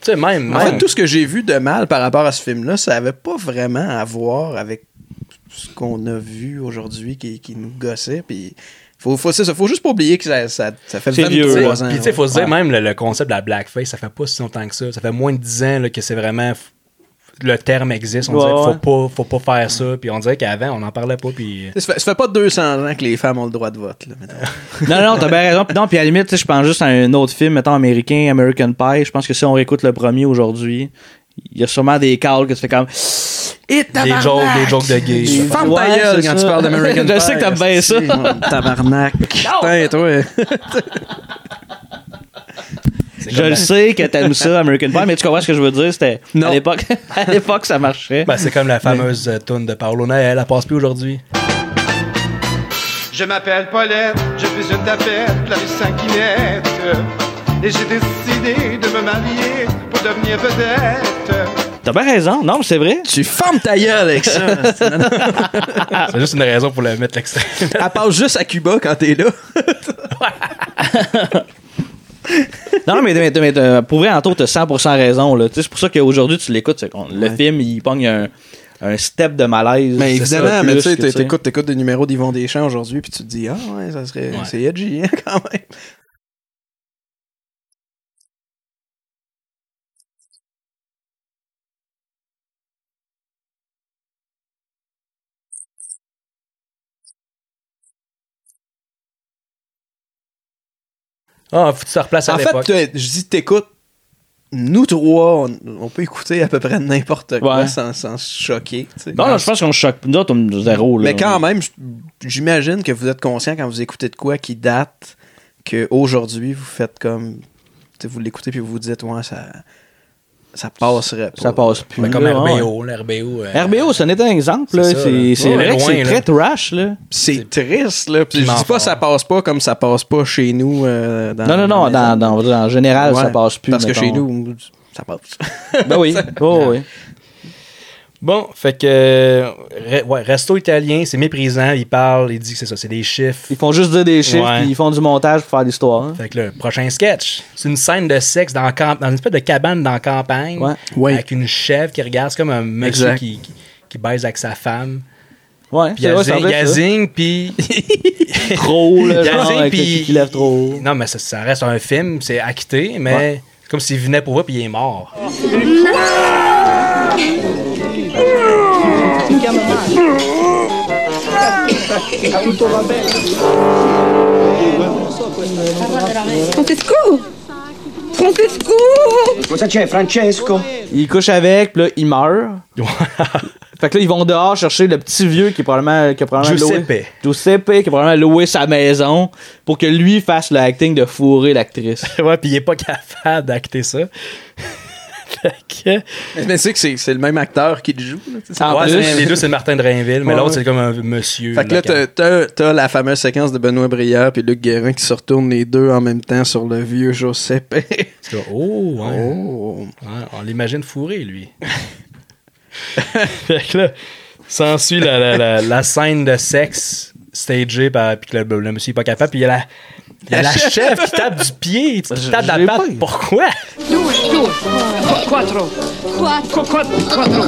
S1: Tu sais, même.
S2: En
S1: même-
S2: fait, tout ce que j'ai vu de mal par rapport à ce film-là, ça avait pas vraiment à voir avec ce qu'on a vu aujourd'hui qui, qui nous gossait. Puis faut, faut, c'est ça, faut juste pas oublier que ça, ça, ça fait
S3: C'est
S2: 23
S3: vieux,
S1: Puis,
S2: ans.
S1: Puis, tu sais,
S2: ouais.
S1: faut se dire, même le, le concept de la blackface, ça fait pas si longtemps que ça. Ça fait moins de 10 ans là, que c'est vraiment. f- Le terme existe. On
S3: Ouais,
S1: dirait
S3: ouais.
S1: qu'il faut pas, faut pas faire ça. Puis on dirait qu'avant, on n'en parlait pas. Puis.
S2: Ça fait, ça fait pas 200 ans que les femmes ont le droit de vote. Là, maintenant.
S3: Non, non, t'as bien raison. Puis Non, puis à la limite, tu sais, je pense juste à un autre film, mettons américain, American Pie. Je pense que si on réécoute le premier aujourd'hui, il y a sûrement des calls que tu fais comme. Et
S1: Des jokes, des jokes de gays.
S2: Tu
S1: ça.
S2: fermes ta
S3: Ouais,
S2: gueule
S3: c'est
S2: quand
S3: ça.
S2: tu parles d'American
S3: Je
S2: Pie, hein.
S3: sais que t'aimes bien ça.
S2: esti, mon Tabarnak. Putain, toi.
S3: Je le sais que t'aimes ça, American Pie, mais tu comprends ce que je veux dire? C'était.
S2: Non.
S3: À l'époque, à l'époque, ça marchait.
S1: Ben, c'est comme la fameuse euh, toune de Paolo Noël, elle passe plus aujourd'hui.
S11: Je m'appelle Paulette, je suis une tapette, la rue sanguinette. Et j'ai décidé de me marier pour devenir vedette.
S3: T'as bien raison. Non, mais c'est vrai.
S2: Tu fermes ta gueule avec ça.
S1: C'est juste une raison pour le mettre l'extrait.
S2: Elle passe juste à Cuba quand t'es là.
S3: Non, mais, mais- mais, euh, pour vrai, Anto, t'as 100% raison. là. Tu sais, C'est pour ça qu'aujourd'hui, tu l'écoutes. c'est qu'on- Le film, il pogne un, un step de malaise.
S2: Mais
S3: C'est ça,
S2: évidemment, mais
S3: plus
S2: tu sais,
S3: que,
S2: t'é- t'écoutes, t'écoutes des numéros d'Yvon Deschamps aujourd'hui, puis tu te dis, ah ouais, ça serait. C'est edgy, hein, quand même.
S1: Ah, faut que tu te replaces à
S2: En fait,
S1: l'époque.
S2: t'es- je dis, t'écoutes. Nous trois, on, on peut écouter à peu près n'importe quoi
S3: Ouais.
S2: sans, sans se choquer. tu sais.
S3: Non, non, je pense qu'on se choque. Nous autres, on zéro. Là.
S2: Mais quand même, j- j'imagine que vous êtes conscient quand vous écoutez de quoi qui date qu'aujourd'hui, vous faites comme. tu sais, Vous l'écoutez puis vous vous dites, ouais, ça, ça passerait. pas.
S3: Ça passe plus.
S1: Ben, comme
S3: là, ouais.
S1: RBO, là, RBO. euh,
S3: RBO, ce n'est un exemple. là.
S1: C'est ça,
S3: C'est
S1: là.
S3: c'est
S1: Ouais,
S3: vrai que
S1: loin,
S3: c'est
S1: là.
S3: très trash. Là.
S2: C'est triste, là. Puis je
S1: Piment
S2: dis pas
S1: fort.
S2: ça passe pas comme ça passe pas chez nous. euh, dans,
S3: Non, non, non.
S2: la
S3: Dans,
S2: maison.
S3: dans, on va dire, en général, ça
S2: Ouais,
S3: passe plus.
S2: Parce
S3: mettons.
S2: que chez nous, ça passe.
S3: Ben oui. Oh, oui.
S1: Bon, fait que. euh, re- ouais, resto italien, c'est méprisant. Il parle, il dit que c'est ça, c'est des chiffres.
S3: Ils font juste dire des chiffres
S1: Ouais.
S3: puis ils font du montage pour faire l'histoire. hein.
S1: Fait que le prochain sketch, c'est une scène de sexe dans, camp- dans une espèce de cabane dans la campagne.
S3: Ouais.
S2: Ouais.
S1: Avec une chèvre qui regarde, c'est comme un monsieur
S2: Exact.
S1: qui, qui, qui baise avec sa femme.
S3: Ouais.
S1: Puis
S3: C'est vrai, ça
S1: Yazing,
S3: ressemble à ça.
S1: puis.
S3: Trop, là.
S1: Yazing,
S3: genre, avec le
S1: puis-
S3: cul qui lève trop.
S1: Non, mais ça, ça reste un film, c'est acté, mais c'est comme s'il venait pour voir, puis il est mort.
S12: On t'est secours Francesco
S5: Cosa c'è, Francesco
S3: Il couche avec, puis là, il meurt. fait que là, ils vont dehors chercher le petit vieux qui est probablement. Qui a probablement loué-
S2: Giuseppe.
S3: Giuseppe, qui a probablement loué sa maison pour que lui fasse le acting de fourrer l'actrice.
S1: ouais, puis il est pas capable d'acter ça. Fait que-
S2: Mais tu sais que c'est c'est le même acteur qui le joue. là, tu sais,
S3: En
S1: Ouais,
S3: plus-
S1: c'est- les deux, c'est le Martin de Rainville, mais
S2: Ouais,
S1: l'autre,
S2: ouais.
S1: c'est comme un monsieur.
S2: Fait que là,
S1: local.
S2: t'as- t'as t'as la fameuse séquence de Benoît Brière puis Luc Guérin qui se retournent les deux en même temps sur le vieux Giuseppe.
S1: Tu vois, Oh, ouais.
S2: oh.
S1: Ouais, on l'imagine fourré, lui. fait que là, s'ensuit la, la, la, la scène de sexe stagée, par, puis que le, le monsieur est pas capable, puis il y a la, il y a la chef qui tape du pied, qui tape la patte. Pourquoi?
S13: Quattro. Quattro. Quattro.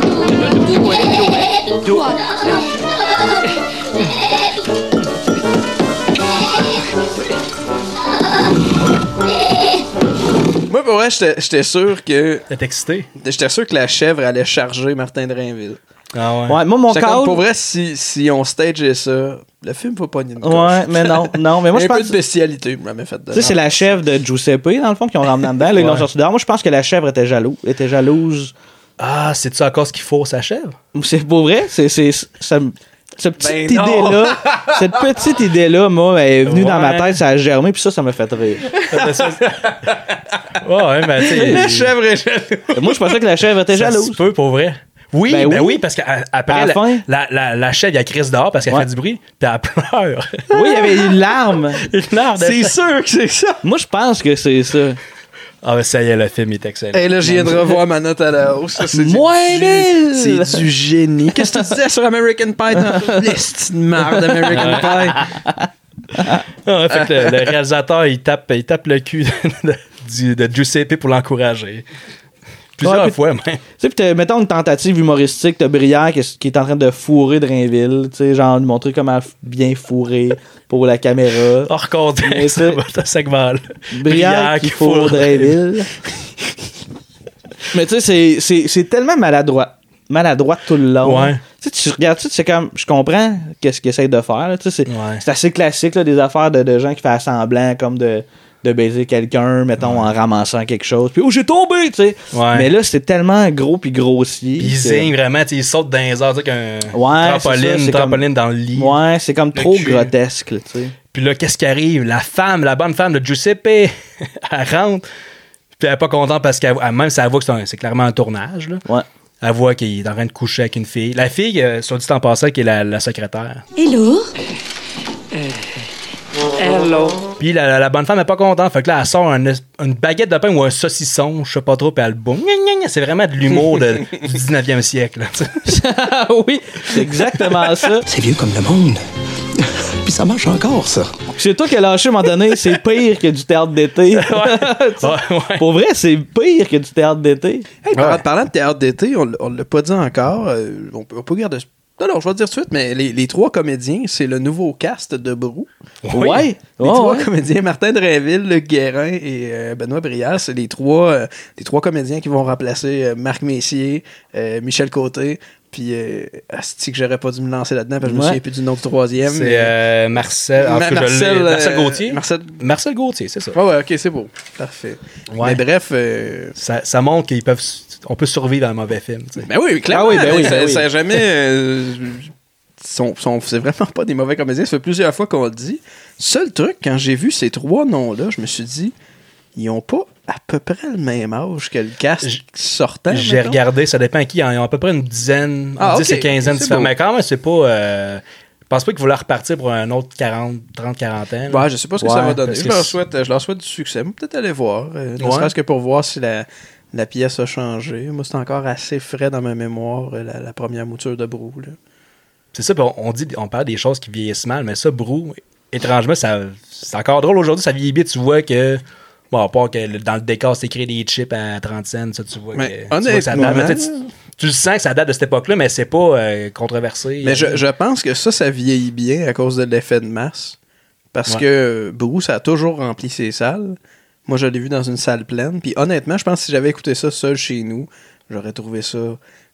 S2: Moi, pour vrai, j'étais j'étais sûr que
S1: T'es excité?
S2: j'étais sûr que la chèvre allait charger Martin Drainville.
S1: Ah
S3: Ouais, moi, mon
S2: J'étais comme,
S3: call.
S2: pour vrai, si, si on stageait ça, le film va pogner une
S3: Ouais, mais non, non, mais moi,
S2: un
S3: je
S2: peu de
S3: pense. Tu
S2: spécialité, je m'avais fait de
S3: sais, c'est la chèvre de Giuseppe, dans le fond, qui ont ramené dedans. Là, ils l'ont sorti dehors. Moi, je pense que la chèvre était jaloux, était jalouse.
S1: Ah, c'est-tu encore ce qu'il faut, sa chèvre?
S3: C'est pour vrai, c'est c'est ça me- cette petite
S2: Ben non.
S3: idée là, cette petite idée là, moi, elle est venue dans ma
S1: Ouais.
S3: tête, ça a germé, puis ça, ça m'a fait rire.
S1: Ouais, ouais, mais tu sais.
S2: La chèvre est jalouse.
S3: moi, je pensais que la chèvre était
S1: Ça
S3: jalouse.
S1: se peut, pour vrai. Oui,
S3: Ben
S1: ben,
S3: oui.
S1: oui. parce
S3: À la
S1: qu'après, la,
S3: fin.
S1: la, la, la chèvre, elle crisse dehors parce qu'elle
S3: Ouais.
S1: fait du bruit, puis elle pleure.
S3: Oui, il y avait une larme.
S1: Une larme de-
S2: C'est sûr que c'est ça.
S3: Moi, je pense que c'est ça.
S1: Ah, ben ça y est, le film est excellent.
S2: Et là, je viens de revoir ma note à la hausse. Ça, c'est du-
S3: Moins
S2: du-
S3: mille.
S2: C'est du génie. Qu'est-ce que tu disais sur American Pie? tantôt? L'esti de merde, American Pie.
S1: Ah, fait que le, le réalisateur, il tape, il tape le cul de, de- du- de Giuseppe pour l'encourager. Plusieurs
S3: Ouais, puis-
S1: fois, même.
S3: Tu sais, puis t'as- mettons une tentative humoristique, t'as Brière qui, est- qui est en train de fourrer Drainville, tu sais, genre de montrer comment f- bien fourrer pour la caméra.
S1: Hors compte,
S3: Mais
S1: ça
S3: c'est-
S1: va, Oh, ce segment-là.
S3: Brière qui fourre Drainville. Mais tu sais, c'est- c'est- c'est tellement maladroit. Maladroit tout le long.
S1: Ouais.
S3: Tu sais, tu regardes ça, tu sais, comme, je comprends qu'est-ce qu'ils essayent de faire. là. Tu sais, c'est
S1: Ouais.
S3: c'est assez classique, là, des affaires de, de gens qui font semblant, comme de, de baiser quelqu'un, mettons, en ramassant quelque chose. Puis, oh, j'ai tombé, tu sais.
S1: Ouais.
S3: Mais là, c'était tellement gros puis grossier.
S1: Puis il
S3: que-
S1: zigne vraiment, tu sais, il saute dans les airs, tu sais, qu'un
S3: Ouais, c'est ça,
S1: trampoline,
S3: c'est
S1: trampoline
S3: comme-
S1: dans le lit.
S3: Ouais, c'est comme trop
S1: cul.
S3: grotesque, là, tu sais.
S1: Puis là, qu'est-ce qui arrive? La femme, la bonne femme de Giuseppe, elle rentre. Puis elle est pas contente parce qu'elle elle- même si elle voit que c'est un- c'est clairement un tournage. Là.
S3: Ouais.
S1: Elle voit qu'il est en train de coucher avec une fille. La fille, euh, soit dit en passant, qui est la, la secrétaire.
S12: Hello
S1: Puis la, la- la bonne femme n'est pas contente. Fait que là, elle sort un es- une baguette de pain ou un saucisson, je sais pas trop, puis elle le boum. Gna, gna, gna. C'est vraiment de l'humour de- du 19e siècle. là, tu sais.
S3: Ah oui, c'est exactement ça.
S14: C'est vieux comme le monde. Puis ça marche encore, ça.
S3: C'est toi qui as lâché à un moment donné, c'est pire que du théâtre d'été.
S1: Ouais, ouais.
S3: Pour vrai, c'est pire que du théâtre d'été.
S2: Hey, par- Parlant de théâtre d'été, on, l- on l'a pas dit encore. euh, on, peut, on peut garder. Non, non, je vais le dire tout de suite, mais les, les trois comédiens, c'est le nouveau cast de Brou.
S1: Oui.
S3: Ouais.
S2: Les
S3: Ouais,
S2: trois
S3: ouais.
S2: comédiens, Martin Drainville, Luc Guérin et euh, Benoît Brière, c'est les trois, euh, les trois comédiens qui vont remplacer euh, Marc Messier, euh, Michel Côté, puis euh, asti que j'aurais pas dû me lancer là-dedans parce que je me
S3: Ouais.
S2: souviens plus du nom du troisième.
S1: C'est
S2: mais-
S1: euh, Marcel, en
S2: Ma-
S1: tout cas, je l'ai-
S2: Marcel, euh,
S1: Marcel Gauthier.
S2: Marcel-
S1: Marcel Gauthier, c'est ça.
S2: Ouais, ouais, ok, c'est beau. Parfait.
S1: Ouais.
S2: Mais bref. euh,
S1: ça. ça montre qu'ils peuvent, s- on peut survivre à un mauvais film. tu sais.
S2: Ben oui, clairement.
S3: Ah oui, ben oui,
S2: ça,
S3: ben oui.
S2: ça a jamais. euh, sont- sont- c'est vraiment pas des mauvais comédiens. Ça fait plusieurs fois qu'on le dit. Seul truc, quand j'ai vu ces trois noms-là, je me suis dit, ils ont pas à peu près le même âge que le cast
S1: J-
S2: sortant.
S1: J'ai
S2: Ben, mettons.
S1: regardé, ça dépend à qui. Il y en a à peu près une dizaine,
S2: Ah,
S1: 10
S2: ok.
S1: et quinzaine
S2: C'est
S1: différents.
S2: beau.
S1: Mais quand même, c'est pas. euh, je pense pas qu'ils voulaient repartir pour un autre 40, 30, 40 ans.
S2: Ouais, Ben, je sais pas ce que ça
S1: Ouais,
S2: va donner.
S1: parce
S2: Je
S1: que
S2: leur,
S1: c'est-
S2: souhaite, je leur souhaite du succès. Mais Peut-être aller voir. euh, ne
S1: Ouais.
S2: serait-ce que pour voir si la, la pièce a changé. Moi, c'est encore assez frais dans ma mémoire, euh, la, la première mouture de Brou. là.
S1: C'est ça, puis on, on dit, on parle des choses qui vieillissent mal, mais ça, Brou, étrangement, ça, c'est encore drôle aujourd'hui, ça vieillit bien. Tu vois que. Bon, à part que le- dans le décor, c'est écrit des chips à 30 cents, ça, tu vois que.
S2: Mais
S1: tu vois que ça date.
S2: honnêtement,
S1: Mais tu, sais, tu- tu le sens que ça date de cette époque-là, mais c'est pas euh, controversé.
S2: Mais je, je pense que ça, ça vieillit bien à cause de l'effet de masse. Parce
S1: Ouais.
S2: que Bruce a toujours rempli ses salles. Moi, je l'ai vu dans une salle pleine. Puis honnêtement, je pense que si j'avais écouté ça seul chez nous, j'aurais trouvé ça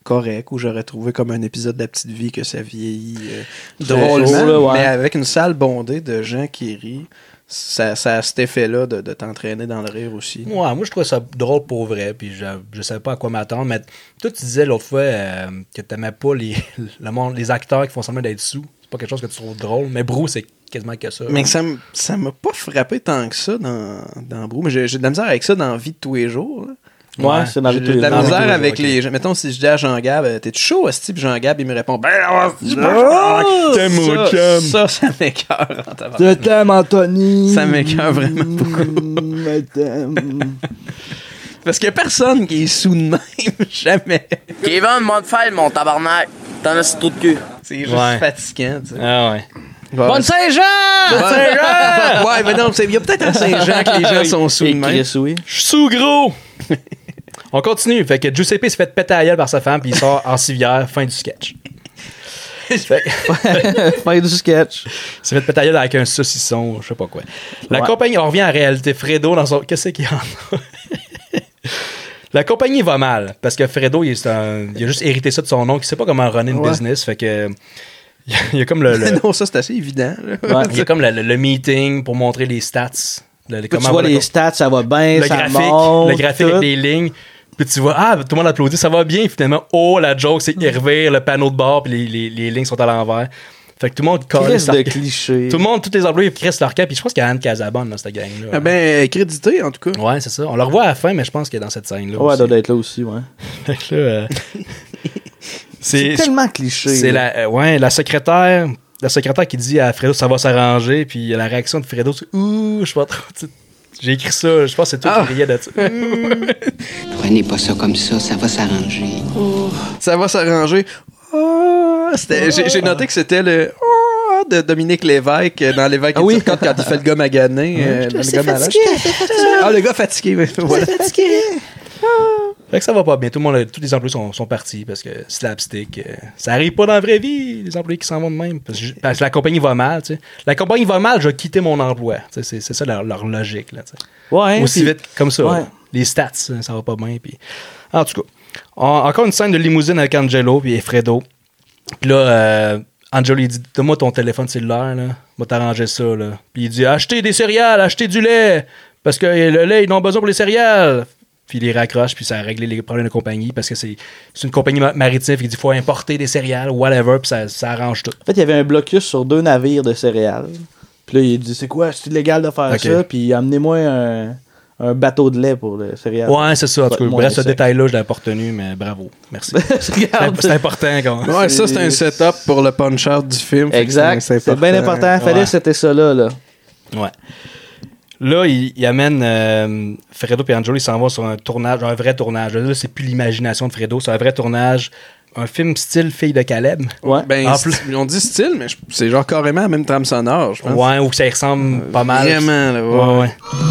S2: correct ou j'aurais trouvé comme un épisode de La Petite Vie que ça vieillit euh,
S3: chaud,
S2: drôlement.
S3: là, ouais.
S2: Mais avec une salle bondée de gens qui rient, ça, ça a cet effet-là de, de t'entraîner dans le rire aussi.
S1: Ouais, moi, je trouvais ça drôle pour vrai, puis je, je savais pas à quoi m'attendre. Mais toi, tu disais l'autre fois euh, que t'aimais pas les, le monde, les acteurs qui font semblant d'être sous. C'est pas quelque chose que tu trouves drôle, mais Brou, c'est quasiment que ça.
S2: Mais ça m- ça m'a pas frappé tant que ça dans, dans Brou. Mais j'ai j'ai de la misère avec ça dans la vie de tous les jours. là.
S3: Ouais, c'est dans la vie de
S2: J'ai
S3: tous les-
S2: de la
S3: dans la vie de tous
S2: misère
S3: les
S2: avec
S3: jours, ok.
S2: les gens. Mettons, si je dis à Jean-Gab, euh, t'es chaud, ce type Jean-Gab, il me répond, ben,
S3: Ah,
S2: t'aimes
S3: mon
S2: ça,
S3: chum.
S2: ça, ça m'écœure en tabarnak.
S3: Je t'aime, Anthony.
S2: Ça m'écoeure vraiment
S3: beaucoup. Je t'aime.
S2: Parce qu'il y a personne qui est sous de même, jamais.
S12: Kevin, bonne fête, mon tabarnak. T'en as ce trou de cul.
S2: C'est juste
S1: Ouais.
S2: fatigant, tu sais.
S1: Ah ouais.
S2: Ouais.
S12: Bonne Saint-Jean!
S2: Ouais. Ouais, mais non, c'est- il y a peut-être un Saint-Jean que les gens sont sous de même.
S1: Je suis sous gros! On continue. Fait que Giuseppe se fait péter à la gueule par sa femme, puis il sort en civière, fin du sketch. Fait que-
S3: fin du sketch.
S1: Il se fait péter à la gueule avec un saucisson, je sais pas quoi. La
S3: Ouais.
S1: compagnie, on revient à la réalité. Fredo, dans son. Qu'est-ce qu'il y en a? La compagnie va mal parce que Fredo, il, est un- il a juste hérité ça de son oncle. Il sait pas comment runner une
S2: Ouais.
S1: business. Fait que. Il y a- il y a comme le. le-
S2: non, ça, c'est assez évident. là.
S1: Ouais, il y a comme le, le- le meeting pour montrer les stats. le-
S3: Tu
S1: comment
S3: vois
S1: va
S3: les
S1: la-
S3: stats, ça va bien,
S1: le
S3: ça
S1: graphique,
S3: monte,
S1: le graphique avec
S3: tout.
S1: des lignes. Puis tu vois, ah, tout le monde applaudit, ça va bien. Finalement, oh, la joke,
S3: Mm.
S1: c'est Hervé, le panneau de bord, puis les, les- les lignes sont à l'envers. Fait que tout le monde colle.
S3: Crise
S1: ça.
S3: de clichés.
S1: Tout le monde, tous les employés crissent leur cap. Puis je pense qu'il y a Anne Casabonne dans cette gang-là.
S2: Ah ben, crédité, en tout cas.
S1: Ouais, c'est ça. On le revoit à la fin, mais je pense qu'il est dans cette scène-là.
S3: Ouais,
S1: aussi.
S3: elle doit être là aussi, ouais.
S1: Fait que là, euh, c'est
S3: C'est tellement cliché,
S1: C'est
S3: là.
S1: la, euh, ouais, la secrétaire. La secrétaire qui dit à Fredo ça va s'arranger, puis la réaction de Fredo, c'est Ouh, je sais pas trop. tu- J'ai écrit ça, je pense que c'est toi qui riais de ça.
S10: Prenez pas ça comme ça, ça va s'arranger.
S2: Ça va s'arranger. Ah, c'était- J'ai j'ai noté que c'était le Ah de Dominique Lévesque euh, dans Lévesque et oui. quand il fait le gars magané. euh,
S3: Ah Je
S2: le
S3: suis
S2: gars malade.
S3: fatigué.
S2: Ah, le gars fatigué. oui, voilà.
S1: Fait que ça va pas bien. Tout le monde, tous les employés sont, sont partis parce que slapstick, euh, ça arrive pas dans la vraie vie, les employés qui s'en vont de même. Parce que, parce que la compagnie va mal, tu sais. La compagnie va mal, je vais quitter mon emploi. Tu sais, C'est c'est ça leur, leur logique, là, tu sais.
S3: Ouais,
S1: Aussi
S3: puis-
S1: vite comme ça.
S3: Ouais.
S1: là. Les stats, hein, ça va pas bien. Puis... En tout cas, en- encore une scène de limousine avec Angelo puis Fredo. Puis là, euh, Angelo, il dit Donne-moi ton téléphone cellulaire, là. On va t'arranger ça, là. Puis il dit Achetez des céréales, achetez du lait. Parce que le lait, ils en ont besoin pour les céréales. Puis il les raccroche, puis ça a réglé les problèmes de compagnie. Parce que c'est c'est une compagnie ma- maritime. Fait qu'il dit Faut importer des céréales, whatever. Puis ça, ça arrange tout.
S3: En fait, il y avait un blocus sur deux navires de céréales. Puis là, il a dit C'est quoi, c'est illégal de faire
S1: Ok.
S3: ça Puis amenez-moi un, un bateau de lait pour le céréales.
S1: Ah. Ouais, c'est ça. En tout cas,
S3: Mon
S1: bref, ce
S3: essai.
S1: détail-là, je l'avais pas retenu, mais bravo. Merci.
S3: Regarde.
S1: C'est- c'est important, quand même.
S2: Ouais, ça, c'est un setup pour le punch-out du film. Fait que
S3: Exact. C'est bien important. Fallait
S1: Ouais.
S3: que c'était ça là. là.
S1: Ouais. Là, il, il amène euh, Fredo et Angelo, ils s'en vont sur un tournage, un vrai tournage. Là, c'est plus l'imagination de Fredo, c'est un vrai tournage. Un film style Fille de Caleb.
S3: Ouais.
S2: Ben,
S1: En
S2: sti- on dit style, mais je- c'est genre carrément la même trame sonore, je pense.
S1: Ouais, ou que ça y ressemble pas mal.
S2: euh, Vraiment, là, ouais.
S1: ouais.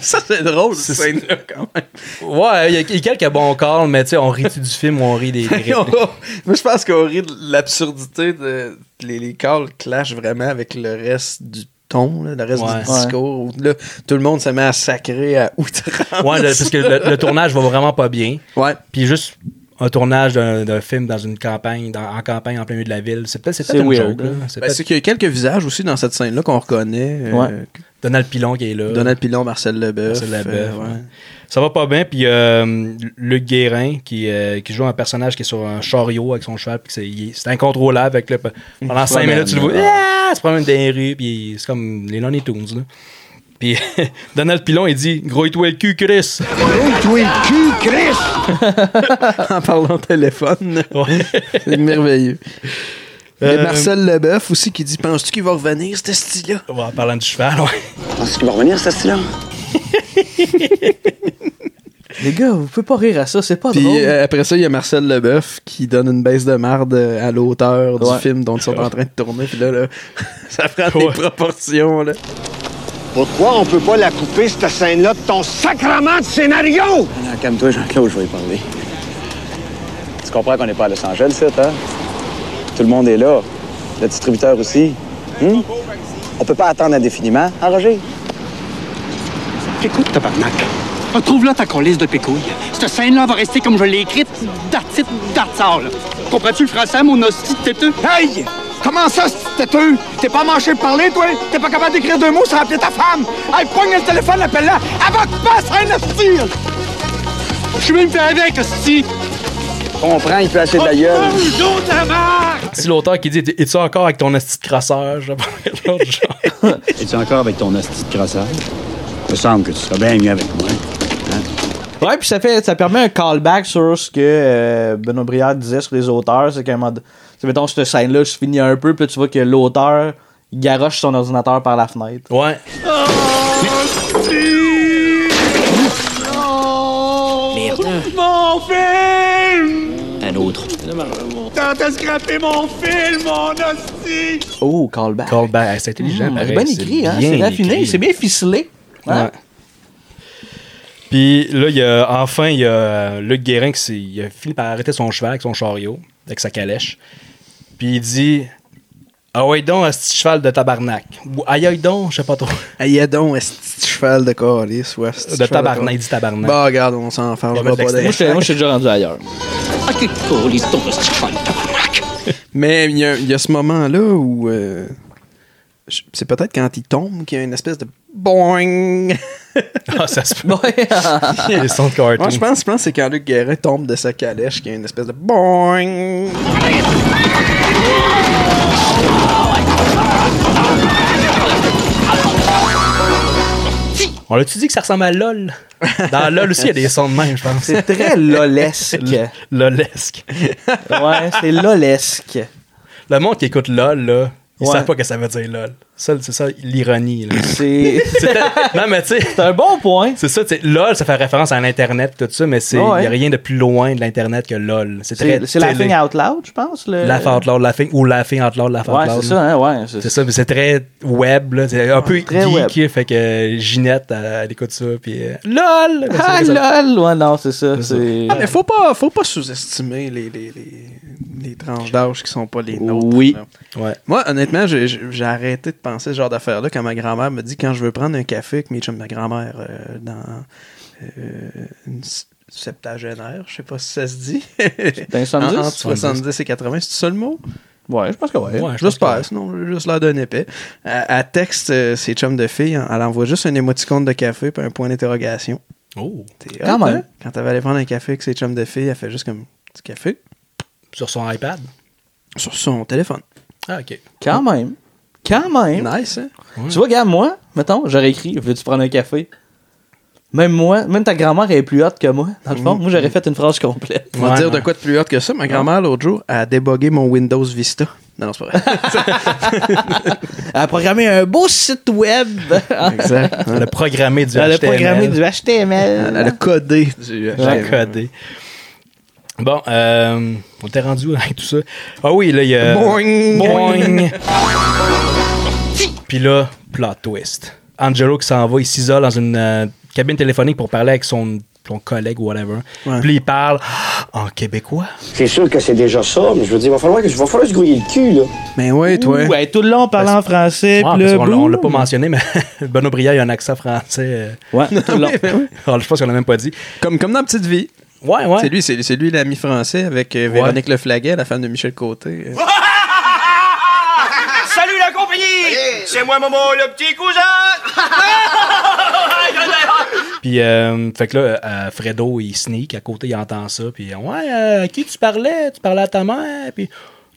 S2: ça, c'est drôle, cette scène-là, quand même.
S1: Ouais, il y, a- il y a quelques bons calls, mais tu sais, on rit du film ou on rit des, des répliques.
S2: Moi, je pense qu'on rit de l'absurdité de. Les, les calls clashent vraiment avec le reste du ton, là, le reste
S1: Ouais.
S2: du discours. où là, tout le monde se met à sacrer à outrance.
S1: Ouais, le- parce que le, le tournage va vraiment pas bien.
S2: Ouais.
S1: Puis juste un tournage d'un d'un film dans une campagne, dans- en campagne, en plein milieu de la ville, c'est peut-être c'est
S3: C'est
S1: peut-être une
S3: weird,
S1: joke. là.
S3: hein.
S1: C'est
S2: Ben,
S1: peut-être
S2: c'est qu'il y a quelques visages aussi dans cette scène-là qu'on reconnaît. euh,
S3: Ouais.
S1: Donald Pilon qui est là.
S2: Donald Pilon, Marcel Leboeuf.
S1: Marcel Leboeuf,
S2: euh,
S1: ouais. Ça va pas bien, puis euh, Luc Guérin, qui, euh, qui joue un personnage qui est sur un chariot avec son cheval, puis c'est, il est- c'est incontrôlable. Avec le, pendant
S3: se
S1: 5
S3: promène,
S1: minutes, tu le vois,
S3: là.
S1: ah, il se promène dans les rues, puis c'est comme les Lonely Tunes. Là. Puis Donald Pilon, il dit Gros et toi le cul, Chris.
S2: en parlant au téléphone.
S1: Ouais.
S2: C'est merveilleux. Il y a
S1: Euh,
S2: Marcel Leboeuf aussi qui dit Penses-tu qu'il va revenir, ce style-là
S1: Ouais, en parlant du cheval, ouais.
S10: Est-ce qu'il Ah, va revenir, ce style-là?
S3: Les gars, vous pouvez pas rire à ça, c'est pas
S2: Puis
S3: drôle.
S2: euh, après ça, il y a Marcel Leboeuf qui donne une baisse de marde euh, à l'auteur du
S3: Ouais.
S2: film dont ils sont en train de tourner. Puis là, là, ça prend
S1: Ouais.
S2: des proportions. Là.
S15: Pourquoi on peut pas la couper, cette scène-là, de ton sacrement de scénario?
S10: Alors, calme-toi, Jean-Claude, je vais y parler. Tu comprends qu'on n'est pas à Los Angeles, c'est, hein? Tout le monde est là. Le distributeur aussi. Hum? On peut pas attendre indéfiniment, hein, Roger? J'écoute, tabarnak.
S4: Retrouve-la ta colisse de pécouille. Cette scène-là va rester comme je l'ai écrite, d'artite, d'artsard. Comprends-tu le français, mon hostie de têteux?
S16: Hey! Comment ça, c'est têteux? T'es pas manché de parler, toi? T'es pas capable d'écrire deux mots sans appeler ta femme? Hey, pogne le téléphone, appelle-la! Avant que passe un hostile!
S4: Je suis même fait avec, hostie!
S10: Comprends, il peut acheter de la gueule.
S1: Si l'auteur qui dit Es-tu encore avec ton asti de crasseur Je vais parler de l'autre genre.
S5: Es-tu encore avec ton asti de crasseur? Il me semble que tu serais bien mieux avec moi.
S3: Ouais, puis ça, fait, ça permet un callback sur ce que euh, Benoît Briard disait sur les auteurs. C'est qu'à un moment don- tu sais, mettons, cette scène-là se finit un peu, puis là, tu vois que l'auteur il garoche son ordinateur par la fenêtre.
S1: Ouais.
S5: Merde.
S16: Mon film!
S5: Un autre.
S16: T'as t'as scrappé mon film, mon hostie!
S3: Oh, callback.
S1: Callback, c'est intelligent.
S3: Mmh,
S1: pareil,
S3: c'est bien
S1: c'est
S3: écrit, hein?
S1: bien
S3: C'est raffiné,
S1: écrit.
S3: c'est bien ficelé. Hein?
S1: Ouais. Puis là, il y a, enfin, il y a euh, Luc Guérin qui s'est- il a fini par arrêter son cheval avec son chariot, avec sa calèche. Puis il dit Ah ouais, donc, à ce cheval de tabarnak. Ou aïe, aïe, donc, je sais pas trop.
S2: Aïe, donc, est-ce que tu cheval de calice, ouais. est-ce que tu
S1: De
S2: cheval
S1: tabarnak, il dit tabarnak.
S2: Bah, regarde, on s'en fait, je vais pas
S3: Moi, j'étais- moi, je suis déjà rendu ailleurs.
S5: Ah, quel colis ton asti de cheval, tabarnak.
S2: Mais il y, a- il y a ce moment-là où. euh, je- c'est peut-être quand il tombe qu'il y a une espèce de boing.
S1: Ah, ça se peut.
S2: Ouais.
S1: Les sons de cartoon.
S2: Ouais, je pense, je pense que c'est quand Luc Guéret tombe de sa calèche qu'il y a une espèce de boing.
S1: On l'a-tu dit que ça ressemble à LOL Dans LOL aussi, il y a des sons de même, je pense.
S3: C'est très lolesque.
S1: Lolesque.
S3: ouais, c'est lolesque.
S1: Le monde qui écoute LOL, là, ils
S3: Ouais.
S1: savent pas que ça veut dire LOL. Ça, C'est ça l'ironie. là.
S3: C'est.
S1: C'est tel- non, mais tu sais. C'est
S3: un bon point.
S1: C'est ça, tu sais, LOL, ça fait référence à l'Internet, tout ça, mais il n'y
S3: Ah Ouais.
S1: a rien de plus loin de l'Internet que LOL. C'est
S3: C'est
S1: très.
S3: c'est
S1: télé.
S3: laughing out loud, je pense. Le...
S1: Laugh out loud, laughing, ou laughing out loud, laugh out
S3: Ouais,
S1: loud.
S3: c'est ça, hein, ouais. c'est-
S1: C'est ça, mais c'est très web, là. C'est un peu
S3: très
S1: geek, fait que Ginette, elle, elle écoute ça, puis. euh, LOL!
S3: Ah, lol! Ouais, non, c'est ça. c'est-
S2: Ah, mais faut pas, faut pas sous-estimer les, les, les, les tranches d'âge qui sont pas les nôtres.
S3: Oui.
S2: là. Moi, honnêtement, j'ai- j'ai j'ai arrêté de penser ce genre d'affaires-là quand ma grand-mère me dit quand je veux prendre un café avec mes chums de grand-mère euh, dans euh, une s- septagénaire, je sais pas si ça se dit.
S3: un 70?
S2: En- Entre 70 et 80, c'est ça le mot?
S3: Ouais, je pense que ouais.
S2: je J'espère, sinon j'ai juste l'air d'un épais. Elle, elle texte euh, ses chums de filles, hein, elle envoie juste un émoticône de café puis un point d'interrogation.
S1: Oh!
S2: C'est
S1: Quand
S2: hot,
S1: même.
S2: hein? Quand elle va aller prendre un café avec ses chums de filles, elle fait juste comme du café
S1: Sur son iPad?
S2: sur son téléphone.
S1: Ah, ok.
S3: Quand même. Quand même.
S2: Nice, hein?
S3: Tu vois, gars, moi, mettons, j'aurais écrit Veux-tu prendre un café Même moi, même ta grand-mère elle est plus haute que moi, dans le fond.
S1: Mm.
S3: Moi, j'aurais fait une phrase complète.
S2: On va dire de quoi de plus haute que ça. Ma grand-mère, l'autre jour, a débogué mon Windows Vista. Non, c'est pas vrai.
S3: Elle a programmé un beau site web.
S2: Exact.
S1: Elle a programmé du
S3: Elle a
S1: HTML.
S3: Ben, programmé du HTML.
S2: Elle a codé du euh,
S1: J'ai codé. Bon, euh, on était rendu où avec tout ça? Ah oui, là, il y a.
S2: Boing!
S1: Boing! Puis là, plot twist. Angelo qui s'en va, il s'isole dans une euh, cabine téléphonique pour parler avec son, son collègue ou whatever. Puis il parle en québécois.
S17: C'est sûr que c'est déjà ça, mais je veux dire, il va falloir que je va falloir se grouiller le cul, là.
S2: Mais ouais, toi.
S3: Ouais, tout le long, on parlait en français.
S1: Ouais,
S3: puis
S1: parce
S3: là,
S1: qu'on l'a- on l'a
S3: boum.
S1: pas mentionné, mais Benoît Brière, il a un accent français.
S3: Ouais,
S1: tout
S2: le long.
S1: Je pense qu'on l'a même pas dit.
S2: Comme, comme dans Petite Vie.
S1: Ouais, ouais.
S2: C'est lui, c'est c'est lui l'ami français avec euh, Véronique Leflaguet, la femme de Michel Côté. Euh,
S16: Salut la compagnie! C'est moi, Momo, le petit cousin!
S1: Puis, euh, fait que là, euh, Fredo, il sneak à côté, il entend ça. Puis, ouais, euh, à qui tu parlais Tu parlais à ta mère Puis,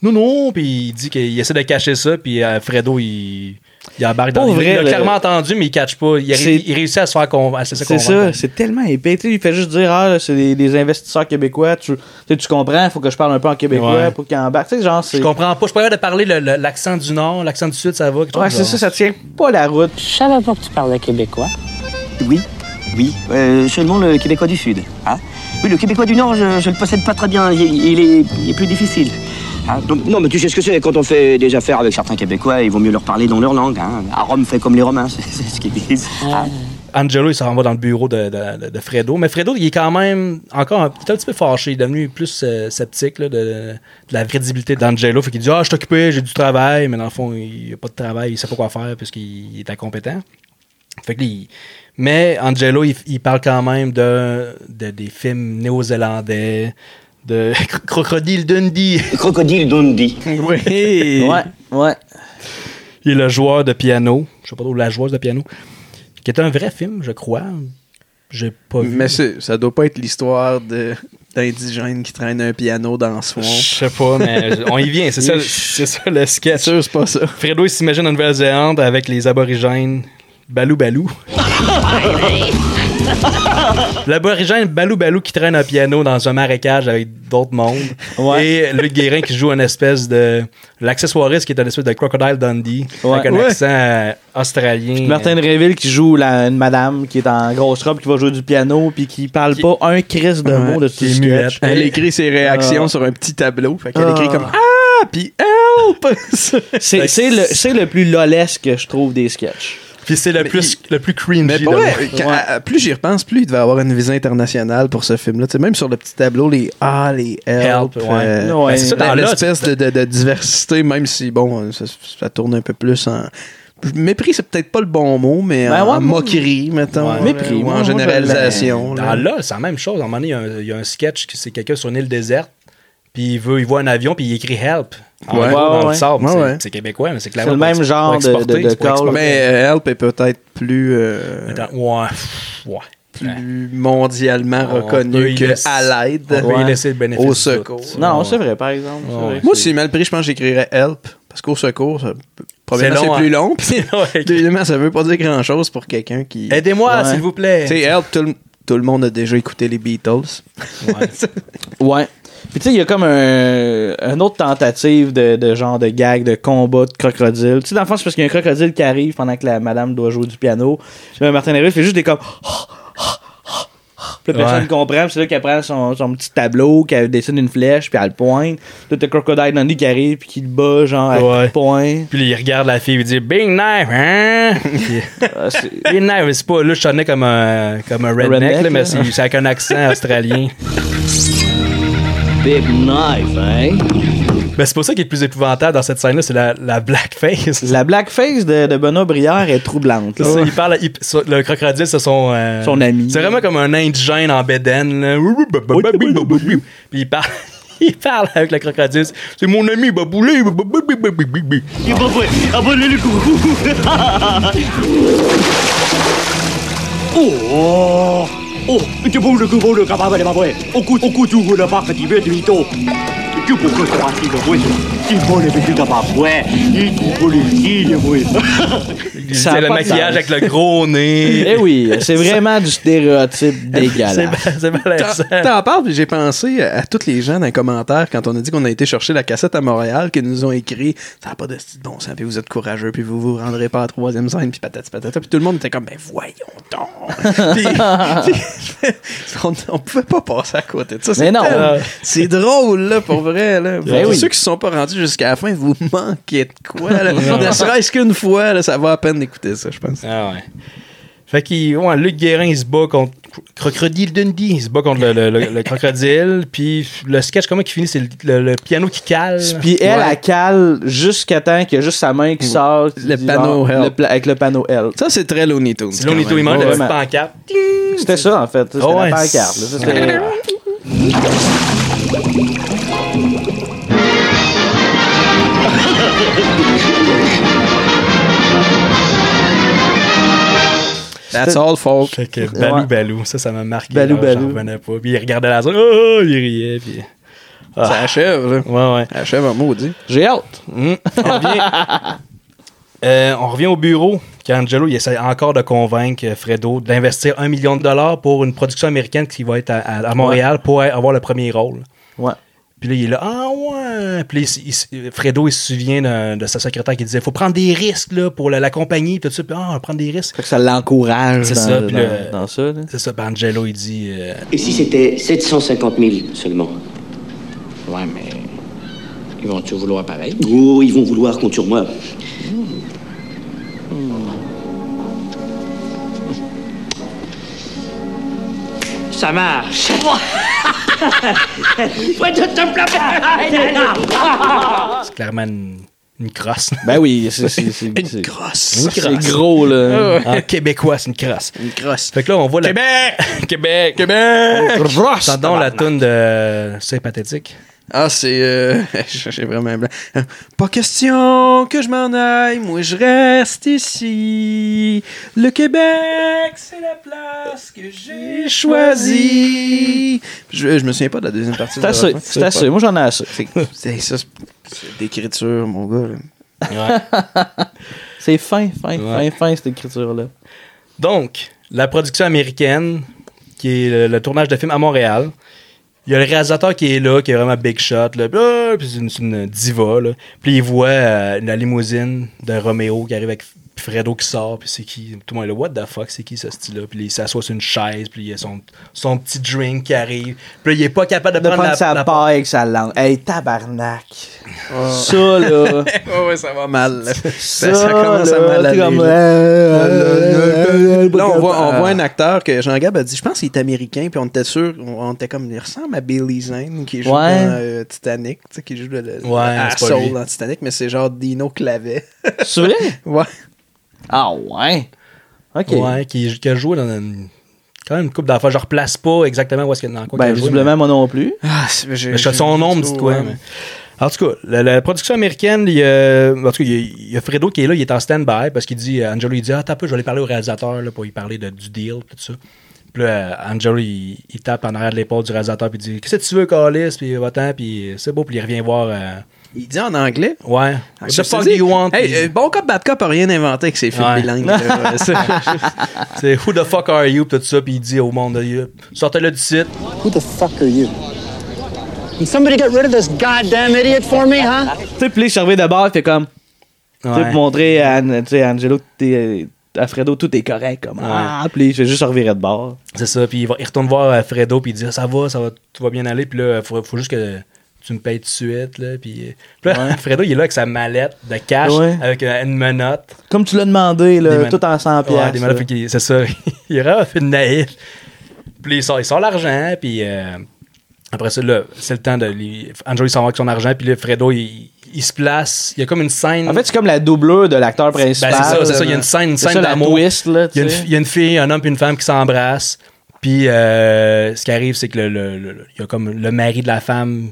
S1: non, non. Puis, il dit qu'il essaie de cacher ça. Puis, euh, Fredo, il, il embarque dans
S3: Pour
S1: Il
S3: vrai,
S1: l'a
S3: le-
S1: clairement entendu, mais il catch pas. Il, a-
S3: C'est-
S1: il réussit à se faire con- à se laisser
S3: C'est
S1: convaincre.
S3: ça, c'est tellement épais. Tu sais, il fait juste dire, ah, là, c'est des, des investisseurs québécois, tu, tu sais, tu comprends, faut que je parle un peu en québécois
S1: Ouais.
S3: pour qu'ils embarquent. Tu sais, genre, c'est.
S1: Je comprends pas. Je suis pas capable de parler le- le- l'accent du Nord, l'accent du Sud, ça va. quelque
S3: Ouais,
S1: chose
S3: c'est
S1: genre.
S3: ça, ça tient pas la route. Je savais pas que tu parlais québécois.
S5: Oui, oui, euh, seulement le Québécois du Sud. hein. oui, le Québécois du Nord, je, je le possède pas très bien. Il, il est, il est plus difficile. hein. Donc, non, mais tu sais ce que c'est. Quand on fait des affaires avec certains Québécois, il vaut mieux leur parler dans leur langue. hein. À Rome, fait comme les Romains, c'est c'est ce qu'ils disent. hein.
S1: Angelo, il s'en va dans le bureau de, de- de- de Fredo. Mais Fredo, il est quand même encore un, il est un petit peu fâché. Il est devenu plus euh, sceptique là, de, de la crédibilité d'Angelo. Fait qu'il dit Ah, je suis occupé, j'ai du travail. Mais dans le fond, il n'a pas de travail, il sait pas quoi faire parce qu'il est incompétent. Fait que là, il- Mais Angelo, il, il parle quand même de, de- des films néo-zélandais, de Crocodile Dundee.
S5: Crocodile Dundee.
S2: Euh,
S1: oui.
S3: Ouais, ouais.
S1: Il est le joueur de piano, je sais pas trop, la joueuse de piano, qui est un vrai film, je crois. J'ai pas vu.
S2: Mais c'est- ça doit pas être l'histoire de d'indigène qui traîne un piano dans le swamp. Je
S1: sais pas, mais on y vient, c'est ça, c'est ça le sketch. c'est pas ça. Fredo, il s'imagine en Nouvelle-Zélande avec les aborigènes Balou Balou. L'aborigène Balou Balou qui traîne un piano dans un marécage avec d'autres mondes. Et Luc Guérin qui joue une espèce de. L'accessoiriste qui est un espèce de Crocodile Dundee avec un
S3: Ouais.
S1: accent euh, australien.
S3: Martin Réville qui joue la, une madame qui est en grosse robe, qui va jouer du piano, puis qui parle pas un crise de mot de tout ce sketch.
S2: Elle écrit ses
S1: Ah.
S2: réactions sur un petit tableau. Fait qu'elle
S3: Ah.
S2: écrit comme Ah! Puis Help!
S3: C'est c'est le, c'est le plus lolesque, je trouve, des sketchs.
S1: Puis c'est le plus, le plus cringy.
S2: Mais pour vrai, quand- à- à- plus j'y repense, plus il devait avoir une visée internationale pour ce film-là. Tu sais, même sur le petit tableau, les Ah, les Help. euh,
S1: Help, ouais. Ouais, Ben, c'est ça,
S2: Ben,
S1: dans là,
S2: l'espèce de, de- de diversité, même si, bon, euh, ça, ça tourne un peu plus en. Mépris, c'est peut-être pas le bon mot, mais
S1: Ben ouais,
S2: en, en mockerie, mettons. euh,
S1: Ouais.
S2: ou en généralisation.
S1: Mais
S2: là.
S1: Dans là, c'est la même chose. À un moment donné, il y a un- il y, a un sketch que c'est quelqu'un sur une île déserte, puis il, veut, il voit un avion, puis il écrit Help. En
S2: Ouais.
S1: gros,
S2: Ouais,
S1: dans
S2: ouais.
S1: le sable.
S2: Ouais,
S1: C'est-
S2: ouais.
S1: C'est québécois, mais c'est
S3: C'est
S1: clairement.
S3: le même genre de, de, de call.
S2: Mais euh, Help est peut-être plus, euh,
S1: ouais, ouais.
S2: plus mondialement
S1: On peut
S2: reconnu
S1: y
S2: que
S1: laisser-
S2: à l'aide.
S1: on peut y laisser le bénéfice
S2: Au
S1: du doute.
S2: secours.
S3: Non, c'est vrai, par exemple. c'est vrai.
S2: Moi, si c'est mal pris, je pense que j'écrirais help. Parce qu'au secours, ça, premièrement,
S1: long,
S2: c'est
S1: hein.
S2: plus long. Puis, deuxièmement, ça veut pas dire grand chose pour quelqu'un qui.
S1: Aidez-moi, s'il vous plaît.
S2: Tu sais, help, tout le, tout le monde a déjà écouté les Beatles.
S3: Ouais. Puis tu sais, il y a comme un, une autre tentative de, de genre de gag, de combat de crocodile. Tu sais, dans le fond, c'est parce qu'il y a un crocodile qui arrive pendant que la madame doit jouer du piano. Puis là, Martin Hervé fait juste des comme... Puis là, personne
S1: Ouais.
S3: comprend. Puis c'est là qu'elle prend son, son petit tableau, qu'elle dessine une flèche, puis elle le pointe. Puis là, t'as Crocodile Dundee qui arrive, puis qui le bat, genre, à
S1: Ouais.
S3: coups de poing.
S1: Puis il regarde la fille, il dit Big knife, hein? Big knife, mais c'est pas. Là, je sonnais comme un, comme un redneck,
S3: Redneck,
S1: là,
S3: là.
S1: mais c'est c'est avec un accent australien.
S18: Big knife, hein?
S1: Ben, c'est pour ça qui est le plus épouvantable dans cette scène-là, c'est la, la blackface.
S3: La blackface de, de Benoît Brière est troublante. là.
S1: Ça, il parle, il- ça, le crocodile, c'est son, euh,
S3: Son ami.
S1: C'est vraiment comme un indigène en bédaine. là. Puis il parle, il parle avec le crocodile. C'est mon ami, baboulé.
S4: Il va voir. Abonnez-le, coucou. Oh! Oh! Tu bouges le couveau, le ah, bah, capable de m'avoir. Au coup, au coup, tu ouvres le parc, tu veux, tu mito. Tu peux que tu vas le bois. Il va le petit capable, ouais. Il trouve le petit, le bois.
S1: C'est
S3: a
S1: le
S3: pas de
S1: maquillage
S3: sens.
S1: avec le gros nez.
S3: Eh oui, c'est vraiment du stéréotype dégueulasse.
S1: C'est malaisant.
S2: T'en- T'en parles, puis j'ai pensé à, à toutes les gens dans les commentaires quand on a dit qu'on a été chercher la cassette à Montréal, qu'ils nous ont écrit Ça n'a pas de style de bon sens, puis vous êtes courageux, puis vous vous rendrez pas à la troisième scène, puis patati patata. Puis tout le monde était comme Ben voyons donc. Puis- puis- on, on pouvait pas passer à côté de ça.
S3: Mais
S2: C'est
S3: non.
S2: tellement- C'est drôle, là, pour vrai. Là.
S3: Ben
S2: Pour
S3: oui.
S2: Ceux qui se sont pas rendus jusqu'à la fin, vous manquez de quoi. Là.
S1: Non.
S2: ne serait-ce qu'une fois, là, ça va à peine d'écouter ça, je pense.
S1: Ah ouais. Fait qu'il, ouais, Luc Guérin, il se bat contre Crocodile Dundee. Il se bat contre le, le- le- le crocodile. Puis le sketch, comment qui finit C'est le, le- le piano qui cale.
S3: Puis elle,
S1: Ouais.
S3: elle cale jusqu'à temps qu'il y a juste sa main qui sort. Le
S2: panneau help.
S3: avec le panneau L.
S2: Ça, c'est très Looney Tunes.
S1: C'est Looney Tunes, il manque la petite pancarte. Hmm.
S3: C'était ça, en fait. C'était
S1: Ah ouais,
S3: la pancarte. là.
S1: c'est-
S3: Ça, c'était-
S2: That's all fault.
S1: Fait que Balou
S2: Ouais.
S1: Balou, ça, ça m'a marqué.
S2: Balou
S1: là,
S2: Balou.
S1: J'en revenais pas. Puis il regardait la zone, oh, il riait. Puis... Ah.
S2: Ça achève, là.
S1: Ouais, ouais.
S2: Ça achève en maudit.
S3: J'ai hâte.
S1: Mm. On, revient, Euh, on revient au bureau. Angelo, il essaie encore de convaincre euh, Fredo d'investir un million de dollars pour une production américaine qui va être à, à- à Montréal pour avoir le premier rôle.
S3: Ouais.
S1: Puis là, il est là, ah ouais. Puis là, il s- il s- Fredo, il se souvient d'un- de, sa secrétaire qui disait, faut prendre des risques là, pour la, la compagnie. Puis tout ça, Puis, ah, prendre des risques.
S3: Fait que ça l'encourage
S1: C'est
S3: dans,
S1: ça,
S3: dans-
S1: puis le-
S3: dans ça. là.
S1: C'est ça, puis Angelo, il dit. euh,
S5: Et si c'était 750 000 seulement
S18: Ouais, mais. Ils vont te vouloir pareil.
S5: Oh, ils vont vouloir compte sur moi.
S4: Ça marche. Ouais, tu te plains.
S1: C'est clairement une, une crosse.
S3: Ben oui, c'est- c'est- c'est- c'est-
S1: une Ah crosse.
S3: c'est gros, là.
S1: En québécois, c'est une crosse.
S2: Une crosse.
S1: Fait que là, on voit la.
S2: Québec!
S1: Québec!
S2: Québec!
S1: Crosse! T'entends la toune de. C'est pathétique.
S2: Ah, c'est. euh, J'ai vraiment un blanc. Pas question que je m'en aille, moi je reste ici. Le Québec, c'est la place que j'ai choisie. Je, je me souviens pas de la deuxième partie.
S3: C'est assez, c'est assez. Moi, j'en ai assez.
S2: C'est ça, c'est- c'est d'écriture, mon gars.
S3: c'est fin, fin,
S1: Ouais.
S3: fin, fin, cette écriture-là.
S1: Donc, la production américaine, qui est le, le tournage de film à Montréal. Il y a le réalisateur qui est là, qui est vraiment big shot, là, puis, ah, puis c'est une, c'est une diva. Là. Puis il voit euh, la limousine de Roméo qui arrive avec Fredo qui sort, puis c'est qui Tout le monde est là, what the fuck, c'est qui ce style-là Puis il s'assoit sur une chaise, puis il y a son, son petit drink qui arrive. Puis là, il est pas capable de,
S3: De prendre
S1: la,
S3: sa
S1: la-
S3: paille avec sa langue. Hey, tabarnak. Ça, là.
S2: ouais, ouais, ça va mal. là. Ben, Ça,
S3: Ça,
S2: ça commence à
S3: là,
S2: mal
S3: t'es
S2: aller.
S3: comme,
S2: là.
S3: euh,
S2: Là, on voit, on
S3: euh,
S2: voit un acteur que Jean-Gab a dit, je pense qu'il est américain, puis on était sûr, on on était comme, il ressemble à Billy Zane, qui joue
S3: Ouais.
S2: dans euh, Titanic, tu sais, qui joue le, le-
S1: Ouais,
S2: à
S1: c'est pas
S2: Soul
S1: lui.
S2: dans Titanic, mais c'est genre Dino Clavet.
S3: C'est vrai?
S2: ouais.
S3: Ah, ouais. Ok.
S1: Ouais, qui, qui a joué dans une, quand même une coupe d'affaires. Je replace pas exactement où est-ce que dans quoi qu'il
S3: Ben,
S1: a joué,
S3: visiblement, moi non plus.
S2: Ah, c'est- j'ai-
S1: Mais je fais son
S2: j'ai-
S1: nom, me dit de quoi.
S2: ouais,
S1: mais- En tout cas, la, la production américaine, il y a, en tout cas, il y a- il y a Fredo qui est là, il est en stand-by parce qu'il dit, Angelo, il dit, ah, t'as peu, je vais aller parler au réalisateur là, pour lui parler de- du deal, tout ça. Puis là, euh, Angelo, il, il tape en arrière de l'épaule du réalisateur, puis il dit, qu'est-ce que tu veux, Calis, puis va-t'en, puis c'est beau, puis il revient voir. euh,
S2: Il dit en anglais.
S1: ouais.
S2: Ah,
S1: What
S2: je
S1: the
S2: te
S1: fuck do
S2: dis,
S1: you want?
S2: hey,
S1: Puis-
S2: euh, bon cop, bad cop a rien inventé avec ses films
S1: Ouais.
S2: bilingues. là. C'est- euh,
S1: c'est Who the fuck are you? Pis tout ça, puis il dit au monde, euh, sortez-le du site. Who the fuck are you?
S19: Can somebody get rid of this goddamn idiot for me, huh?
S3: Tu sais, puis là, il servait d'abord, il fait comme. Tu sais,
S1: Ouais.
S3: pour montrer à, An- tu sais, à Angelo que t'es. à Fredo, tout est correct. Comme, ah, puis je vais juste revirer de bord.
S1: C'est ça, puis il, va- il retourne voir euh, Fredo, puis il dit Ça va, ça va, tout va bien aller, puis là, faut, faut juste que tu me payes tout de suite. Là, puis puis là, Fredo, il est là avec sa mallette de cash,
S3: Ouais.
S1: avec euh, une menotte.
S3: Comme tu l'as demandé,
S1: Des
S3: là,
S1: men-
S3: tout en 100
S1: Ouais,
S3: piastres.
S1: des menottes,
S3: là.
S1: fait qu'il- c'est ça. il est vraiment fait de naïf. Puis il sort, il sort l'argent, puis euh, après ça, là, c'est le temps de. lui- Angelo, il s'en va avec son argent, puis là, Fredo, il, il se place. Il y a comme une scène.
S3: En fait, c'est comme la doublure de l'acteur principal.
S1: Ben, c'est ça, c'est ça. Il y a une scène, une
S3: C'est
S1: scène
S3: ça, la
S1: d'amour.
S3: twist, là,
S1: il, y a une-
S3: tu sais.
S1: il y a une fille, un homme puis une femme qui s'embrassent. Puis euh, ce qui arrive, c'est que le, le- le- le- il y a comme le mari de la femme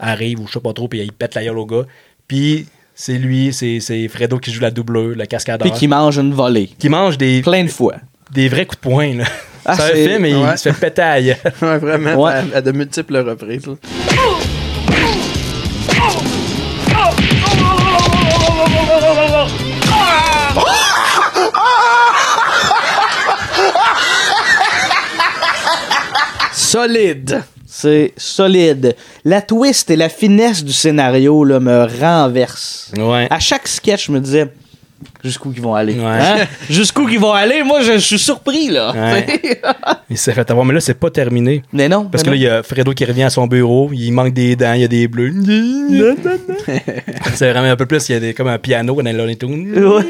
S1: arrive, ou je sais pas trop, puis il pète la gueule au gars. Puis c'est lui, c'est, c'est Fredo qui joue la doubleur, le cascadeur.
S3: Puis qui mange une volée.
S1: Qui mange des.
S3: Plein de fois.
S1: Des vrais coups de poing, là.
S3: Ah,
S1: c'est un
S3: c'est-
S1: film, mais
S3: ouais.
S1: il se fait péter à la gueule.
S2: Ouais, vraiment,
S1: Ouais.
S2: À, à de multiples reprises. là. Solide.
S3: C'est solide. La twist et la finesse du scénario là, me renverse. À chaque sketch, je me disais jusqu'où ils vont aller. Hein? jusqu'où ils vont aller, moi je, je suis surpris là.
S1: Ouais. Il s'est fait avoir, mais là, c'est pas terminé.
S3: Mais non.
S1: Parce
S3: mais
S1: que là, il y a Fredo qui revient à son bureau, il manque des dents, il y a des bleus. c'est vraiment un peu plus, il y a des, comme un piano dans Looney Tunes.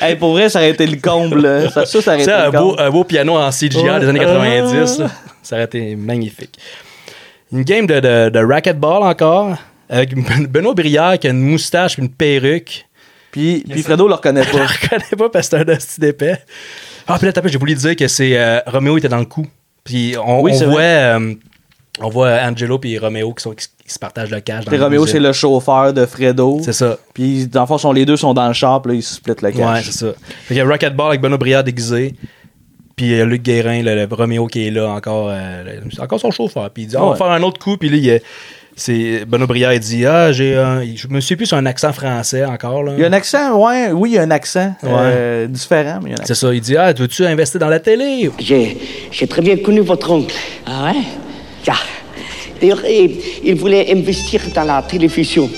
S3: Hey, pour vrai, ça aurait été le comble. là. Ça, ça, ça aurait
S1: Tu sais,
S3: été
S1: un
S3: le
S1: beau, euh,
S3: comble.
S1: un beau piano en CGI
S3: Ouais.
S1: des années 90,
S3: Ah.
S1: là. ça aurait été magnifique. Une game de, de, de racquetball encore, avec Ben- Benoît Brière qui a une moustache puis une perruque.
S3: Puis, puis Fredo le reconnaît pas.
S1: Je le reconnaît pas parce que c'est un hostie d'épais. Ah, puis là, t'as pas, j'ai voulu dire que c'est euh, Roméo était dans le coup. Puis on,
S3: Oui,
S1: on
S3: c'est vrai.
S1: voit, euh, on voit Angelo puis Roméo qui, sont, qui, qui se partagent le cash. dans
S3: Puis
S1: la
S3: Roméo,
S1: musique.
S3: c'est le chauffeur de Fredo.
S1: C'est ça.
S3: Puis dans le fond, sont, les deux sont dans le shop, là, ils se splittent le
S1: Ouais,
S3: cash.
S1: c'est ça. Fait qu'il y a Racquetball avec Benoît Briard déguisé. Puis euh, Luc Guérin, le, le Roméo qui est là, encore, euh, le- encore son chauffeur. Puis il dit Ah, On va
S3: Ouais.
S1: faire un autre coup. Puis là, il, est- c'est Benoît Briard, il dit Ah, j'ai un. Je me suis plus sur un accent français encore. Là.
S3: Il y a un accent, ouais, oui, il y a un accent euh, différent, mais il y a un accent.
S1: C'est ça. Il dit Ah, veux-tu investir dans la télé
S19: J'ai, j'ai très bien connu votre oncle. Ah ouais Car D'ailleurs, il, il voulait investir dans la télévision.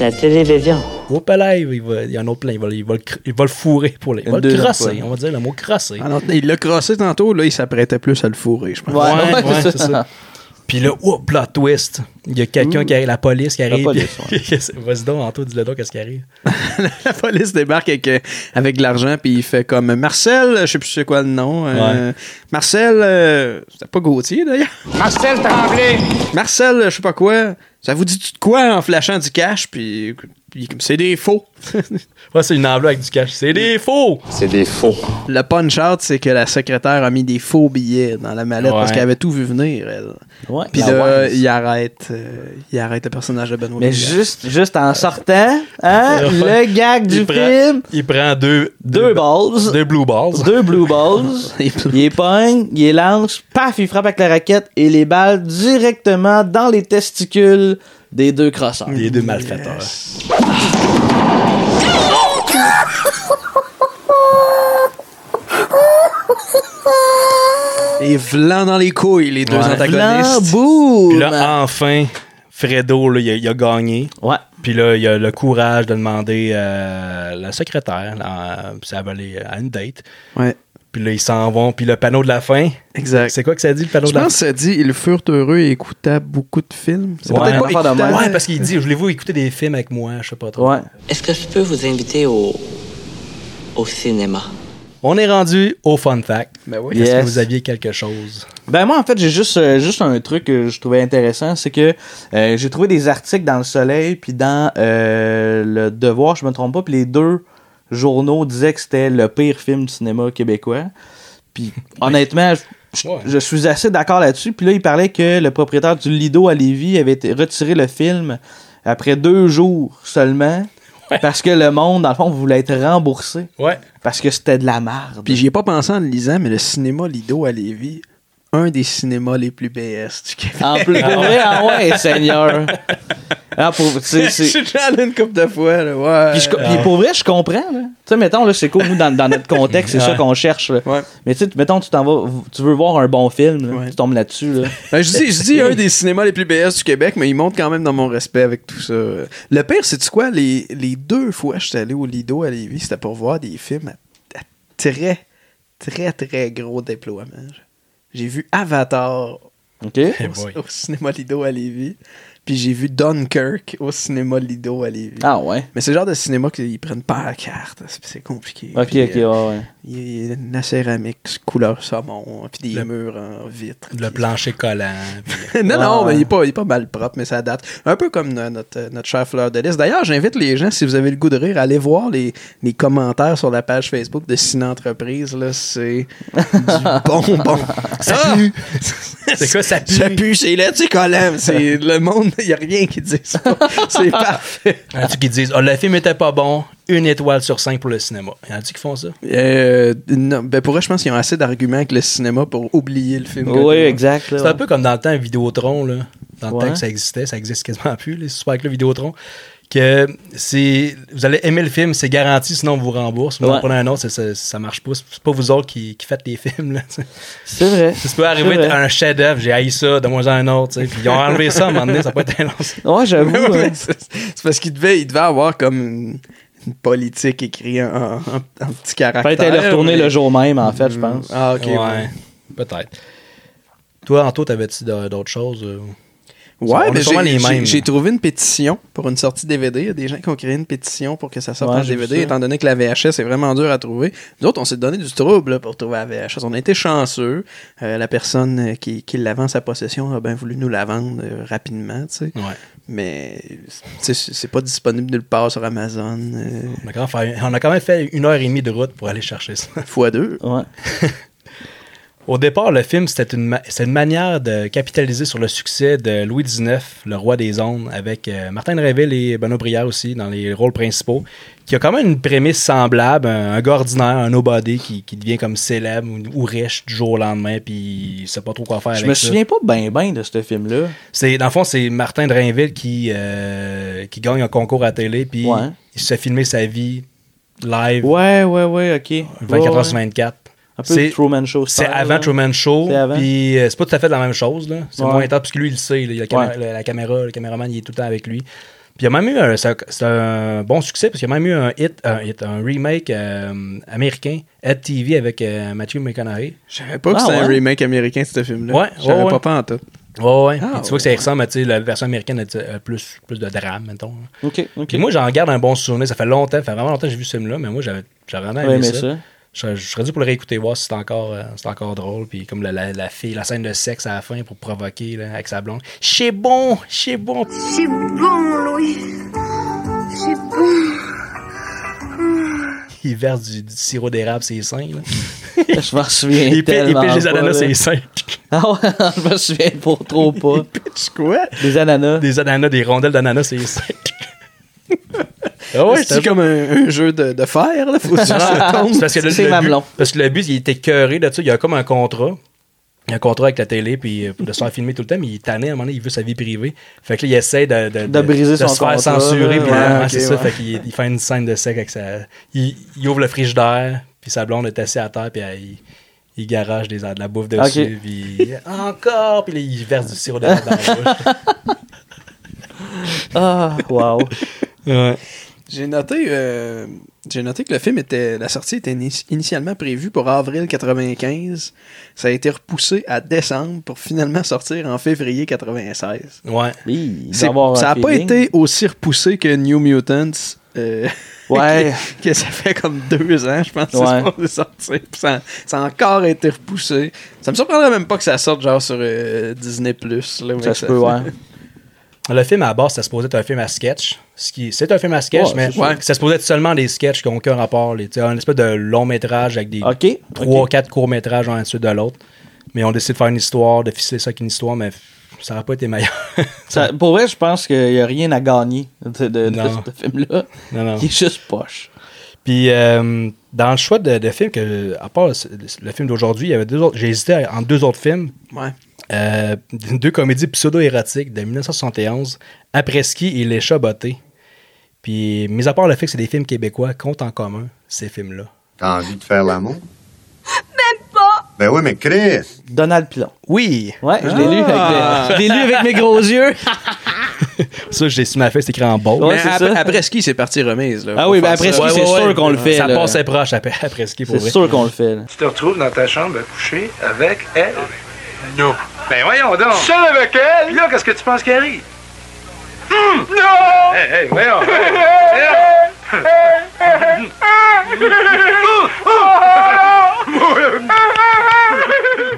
S19: La télévision
S1: Au palais, il, va- il y en a plein. Il va, il va le, cr- il va le fourrer pour les. Il va le
S2: Une deuxième
S1: crosser.
S2: fois.
S1: On va dire le mot crosser.
S2: Ah non, il l'a crossé tantôt, là, il s'apprêtait plus à le fourrer, je pense.
S1: Ouais, ouais, c'est ça. Puis là, oh, plot twist. Il y a quelqu'un
S2: Ouh.
S1: qui arrive, la police qui
S2: La
S1: arrive.
S2: police,
S1: puis- Vas-y donc, Anto, dis-le donc, qu'est-ce qui arrive.
S2: La police débarque avec, euh, avec de l'argent, puis il fait comme Marcel, je sais plus c'est quoi le nom. euh, Marcel, euh, c'était pas Gauthier d'ailleurs.
S16: Marcel Tremblay.
S2: Marcel, je sais pas quoi. Ça vous dit de quoi en flashant du cash, puis Puis il est comme, c'est des faux.
S1: ouais, c'est une enveloppe avec du cash. C'est des faux.
S2: C'est des faux. Le punch-out, c'est que la secrétaire a mis des faux billets dans la mallette
S3: Ouais.
S2: parce qu'elle avait tout vu venir, elle.
S3: Ouais.
S2: Puis
S3: La
S2: là,
S3: Wise.
S2: il arrête, euh, il arrête le personnage de Benoît.
S3: Mais
S2: Blanc.
S3: juste, juste en sortant, hein,
S2: Ouais.
S3: le gag du
S2: Il prend-
S3: film,
S1: Il prend deux,
S3: deux balls,
S1: deux blue balls,
S3: deux blue balls, il les pogne, il les lance, paf, il frappe avec la raquette et les balles directement dans les testicules des deux crosseurs.
S1: Des deux malfaiteurs.
S2: Et vlan dans les couilles, les deux
S1: Ouais.
S2: antagonistes.
S1: Puis là, enfin, Fredo, là, il, a, il a gagné.
S3: Ouais.
S1: Puis là, il a le courage de demander euh, la secrétaire, là, euh, ça va aller à une date.
S2: Ouais.
S1: Puis là, ils s'en vont. Puis le panneau de la fin.
S2: Exact.
S1: C'est quoi que ça dit, le panneau
S2: Je
S1: de la
S2: pense que ça dit ils furent heureux et écoutaient beaucoup de films. C'est
S1: Ouais,
S2: peut-être
S1: affaire
S2: pas
S1: de
S2: écoutable.
S1: même. Ouais, parce qu'il dit, voulez-vous écouter des films avec moi, je sais pas trop.
S3: Ouais.
S13: Est-ce que je peux vous inviter au, au cinéma?
S1: On est rendu au fun fact. Ben
S3: oui.
S1: Est-ce que
S3: Yes.
S1: vous aviez quelque chose?
S3: Ben moi en fait j'ai juste euh, juste un truc que je trouvais intéressant c'est que euh, j'ai trouvé des articles dans le Soleil puis dans euh, le Devoir je me trompe pas puis les deux journaux disaient que c'était le pire film du cinéma québécois puis honnêtement je, je- je suis assez d'accord là-dessus puis là il parlait que le propriétaire du Lido à Lévis avait été- retiré le film après deux jours seulement parce que le monde dans le fond voulait être remboursé
S1: Ouais.
S3: parce que c'était de la merde
S2: Puis j'y ai pas pensé en le lisant, mais le cinéma Lido à Lévis, un des cinémas les plus BS du Québec.
S3: En plus, pour vrai, ah ouais, Seigneur. Ah, pour, tu sais,
S2: Je
S3: c'est-
S2: suis déjà allé une couple de fois, là, ouais.
S3: Puis, je- puis pour vrai, je comprends. là. Tu sais, mettons, là, c'est cool, nous, dans, dans notre contexte, c'est
S2: Ouais.
S3: ça qu'on cherche. là. Mais tu sais, mettons, tu t'en vas, tu veux voir un bon film, là, tu tombes là-dessus. Là.
S2: Ben, je dis, je dis un des cinémas les plus BS du Québec, mais ils montent quand même dans mon respect avec tout ça. Le pire, c'est-tu quoi? Les, les deux fois que j'étais allé au Lido à Lévis, c'était pour voir des films à, à très, très, très gros déploiement. J'ai vu Avatar
S3: OK.
S1: Hey
S2: au,
S1: Eh boy.
S2: au cinéma Lido à Lévis, puis j'ai vu Dunkirk au cinéma Lido à Lévis.
S3: Ah ouais?
S2: Mais c'est le genre de cinéma qu'ils prennent pas la carte, c'est- c'est compliqué.
S3: Ok,
S2: Puis,
S3: ok, ouais,
S2: euh,
S3: ouais.
S2: Il y a de la céramique couleur saumon, puis des murs en vitre.
S1: Le plancher collant.
S2: non,
S1: Ouais,
S2: non,
S1: ouais.
S2: mais il est, pas, il est pas mal propre, mais ça date. Un peu comme no- notre, euh, notre chère Fleur de Lys. D'ailleurs, j'invite les gens, si vous avez le goût de rire, à aller voir les, les commentaires sur la page Facebook de Cine Entreprise. Là, c'est du bonbon. Ça pue.
S1: C'est quoi, ça pue?
S2: Ça pue, c'est là, tu sais, Colin, c'est le monde, il n'y a rien qui dit ça. C'est parfait.
S1: Il y en a qui disent, Ah, le film était pas bon, une étoile sur cinq pour le cinéma. Il y en a qui font ça?
S2: Euh, non, ben pour eux, je pense qu'ils ont assez d'arguments avec le cinéma pour oublier le film.
S3: Oui, exact. là,
S1: C'est
S3: ouais.
S1: un peu comme dans le temps Vidéotron, là. Dans le
S3: Ouais.
S1: temps que ça existait, ça existe quasiment plus, les super avec le Vidéotron. Que c'est. Vous allez aimer le film, c'est garanti, sinon on vous rembourse. Vous en
S3: Ouais.
S1: prenez un autre, c'est- ça, ça marche pas. C'est pas vous autres qui, qui faites les films, là. tu sais.
S3: C'est vrai.
S1: Ça peut arriver
S3: C'est vrai.
S1: un chef-d'œuvre, j'ai haï ça, de moins en un autre, tu sais. Puis ils ont enlevé ça à un moment donné, ça peut être intense.
S3: Ouais, j'avoue.
S2: Ouais,
S3: hein.
S2: mais c'est c'est parce qu'il devait, il devait avoir comme une, une politique écrite en, en, en petit caractère.
S3: Fallait aller retourner
S2: mais-
S3: le jour même, en fait, je pense.
S2: Ah, ok.
S1: Ouais.
S2: Ouais,
S1: Peut-être. Toi, Anto, t'avais-tu d'a- d'autres choses? euh?
S2: Ouais,
S1: On est
S2: mais
S1: sûrement les
S2: j'ai- j'ai
S1: mêmes.
S2: j'ai trouvé une pétition pour une sortie DVD. Il y a des gens qui ont créé une pétition pour que ça sorte
S3: Ouais,
S2: en
S3: j'ai vu
S2: DVD,
S3: ça.
S2: étant donné que la VHS est vraiment dure à trouver. Nous autres, on s'est donné du trouble là, pour trouver la VHS. On a été chanceux. Euh, la personne euh, qui, qui l'avance à sa possession a bien voulu nous la vendre euh, rapidement, tu sais. Mais tu sais, c'est c'est pas disponible nulle part sur Amazon. euh,
S1: On a, quand même fait, on a quand même fait une heure et demie de route pour aller chercher ça.
S2: fois deux.
S3: Ouais.
S1: Au départ, le film, c'était une, ma- c'était une manière de capitaliser sur le succès de Louis XIX, le roi des ondes, avec euh, Martin de Réville et Benoît Brière aussi dans les rôles principaux, qui a quand même une prémisse semblable, un, un gars ordinaire, un nobody qui, qui devient comme célèbre ou, ou riche du jour au lendemain, puis il sait pas trop quoi faire
S3: Je
S1: avec
S3: me
S1: ça.
S3: souviens pas ben ben de ce film-là.
S1: C'est, dans le fond, c'est Martin de Rainville qui, euh, qui gagne un concours à télé, puis
S3: Ouais.
S1: il se fait filmer sa vie live
S3: Ouais, ouais, ouais, ok.
S1: 24
S3: Ouais,
S1: h
S3: ouais.
S1: sur 24.
S3: Un peu le Truman Show.
S1: C'est
S3: style, hein.
S1: avant
S3: là.
S1: Truman Show,
S3: C'est avant.
S1: puis euh, c'est pas tout à fait la même chose. là. C'est
S3: Ouais.
S1: moins intense, parce que lui, il le sait. là, il a la, caméra- la- la caméra, le caméraman, il est tout le temps avec lui. Puis il a même eu un, ça- c'est un bon succès, parce qu'il a même eu un hit, un, hit, un remake euh, américain, Ed TV, avec euh, Matthew McConaughey.
S2: Je savais pas que
S1: Ah,
S2: c'était un
S1: ouais?
S2: remake américain, ce film-là.
S1: Ouais,
S2: Je savais
S1: ouais, ouais.
S2: pas pas en tout.
S1: Ouais, ouais.
S3: Ah,
S1: Puis tu vois
S2: ouais.
S1: que ça y ressemble, tu sais, la version américaine a euh, plus, plus de drame, mettons. hein.
S3: Ok, ok.
S1: Puis moi, j'en garde un bon souvenir. Ça fait longtemps, ça fait vraiment longtemps que j'ai vu ce film-là, mais moi, j'avais j'avais vraiment aimé
S3: Ouais, mais
S1: ça.
S3: ça.
S1: Je, je serais dû pour le réécouter, voir si c'est encore, euh, c'est encore drôle. Puis comme la, la- la fille, la scène de sexe à la fin pour provoquer là, avec sa blonde. C'est bon, c'est bon.
S20: C'est bon, Louis. C'est
S1: Il verse du, du sirop d'érable ses seins. Là.
S3: Je m'en souviens
S1: Il pi- il
S3: tellement
S1: pige les
S3: pas,
S1: ananas
S3: là.
S1: ses seins.
S3: Ah ouais, je me souviens pour trop pas.
S2: pitch quoi?
S3: Des ananas.
S1: Des ananas, des rondelles d'ananas ses seins. Ah ouais,
S2: c'est comme un, un jeu de, de fer, là. Faut que tu
S1: Ah,
S2: le tombes.
S1: c'est parce que le- le but- Parce que le but, il était cœuré là-dessus. Il y a comme un contrat. Il y a un contrat avec la télé, puis euh, de se faire filmer tout le temps, mais il est tanné à un moment donné, il veut sa vie privée. Fait que là, il essaie de, de,
S3: De briser son
S1: se faire
S3: contrat,
S1: censurer,
S3: là.
S1: puis
S3: Ouais,
S1: là,
S3: ok,
S1: c'est ça.
S3: ouais.
S1: Fait qu'il il fait une scène de sec avec sa. Il, il ouvre le frigidaire, puis sa blonde est assise à terre, puis elle- il, il garage des, de la bouffe dessus,
S3: Ok.
S1: puis encore, puis là, il verse du sirop d'érable dans la bouche.
S3: Ah, wow.
S2: J'ai noté, euh, j'ai noté que le film était, la sortie était ini- initialement prévue pour avril 95. Ça a été repoussé à décembre pour finalement sortir en février 96.
S1: Ouais.
S2: C'est- ça n'a pas été aussi repoussé que New Mutants. euh,
S3: Ouais.
S2: que, que ça fait comme deux ans, je pense, que
S3: Ouais.
S2: c'est supposé sortir. Puis ça, ça a encore été repoussé. Ça me surprendrait même pas que ça sorte genre sur euh, Disney+. Là, mais
S1: Ça se peut, ouais. Le film à la base, ça se posait être un film à sketch. Ce qui- C'est un film à sketch,
S2: Ouais,
S1: mais
S2: c'est sûr.
S1: ça se posait être seulement des sketchs qui n'ont aucun rapport. les- tu sais, un espèce de long métrage avec des
S3: Ah, Ok,
S1: trois,
S3: ok.
S1: quatre courts métrages un dessus de l'autre. Mais on décide de faire une histoire, de ficeler ça avec une histoire, mais f- ça n'aurait pas été meilleur.
S3: Ça- pour vrai, je pense qu'il n'y a rien à gagner de, de- de
S1: Non.
S3: ce film-là.
S1: Non, non.
S3: Il est juste poche.
S1: Puis euh, dans le choix de, de films, que, à part le, le film d'aujourd'hui, il y avait deux autres. J'ai hésité entre deux autres films.
S2: Ouais.
S1: Euh, deux comédies pseudo-érotiques de 1971, Après-ski et Les Chats bottés. Puis, mis à part le fait que c'est des films québécois, comptent en commun ces films-là.
S20: T'as envie de faire l'amour?
S21: Même pas!
S20: Ben oui, mais Chris!
S3: Donald Pilon.
S1: Oui!
S3: Ouais, je l'ai lu
S1: Ah!
S3: avec des- je l'ai lu avec mes gros yeux.
S1: Ça, j'ai sur ma fesse, c'est Ah écrit en bold.
S2: Mais ap- après ski, c'est parti remise. là.
S3: Ah
S2: Faut
S3: ben
S1: ben
S2: faire ça.
S1: Ouais, ouais, ouais. Ça passait proche après, après ski, pour vrai.
S3: fait.
S22: Tu te retrouves dans ta chambre à coucher avec elle? Non. Ben voyons donc. Seul avec elle? Là, qu'est-ce que tu penses qui arrive? Non! Hey, hey, voyons.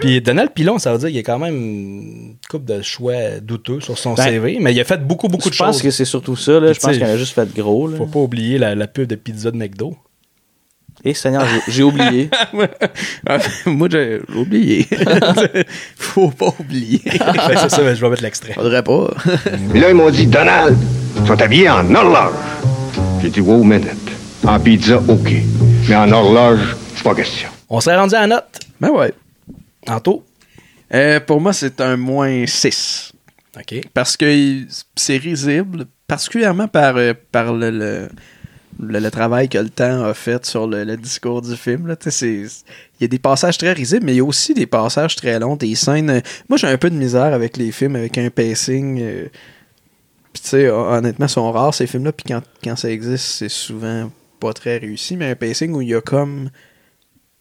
S1: Puis Donald Pilon, ça veut dire qu'il y a quand même une couple de choix douteux sur son
S3: Ben,
S1: CV, mais il a fait beaucoup, beaucoup de
S3: Je
S1: choses.
S3: pense que c'est surtout ça. Là.
S1: Puis,
S3: Je pense
S1: tu sais,
S3: qu'il en a juste fait gros. Là.
S1: Faut pas oublier la, la pub de pizza de McDo.
S3: Eh Seigneur, j'ai- j'ai oublié.
S2: Ah, Moi, j'ai oublié. Faut pas oublier.
S1: Fait que Ben, c'est ça, mais je vais mettre l'extrait.
S2: Faudrait pas.
S17: Puis là, ils m'ont dit, Donald, tu vas t'habiller en horloge. J'ai dit, wow, minute. En pizza, OK. Mais en horloge, c'est pas question.
S1: On s'est rendu à la note.
S2: Ben ouais.
S1: Tantôt.
S2: Euh, pour moi, c'est un moins 6.
S1: OK.
S2: Parce que il- c'est risible, particulièrement par, euh, par le, le, le- le travail que le temps a fait sur le, le discours du film. là. Tu sais, c'est- Il y a des passages très risibles, mais il y a aussi des passages très longs, des scènes. euh, Moi, j'ai un peu de misère avec les films, avec un pacing. euh, Puis, tu sais, hon- honnêtement, sont rares ces films-là. Puis, quand, quand ça existe, c'est souvent pas très réussi. Mais un pacing où il y a comme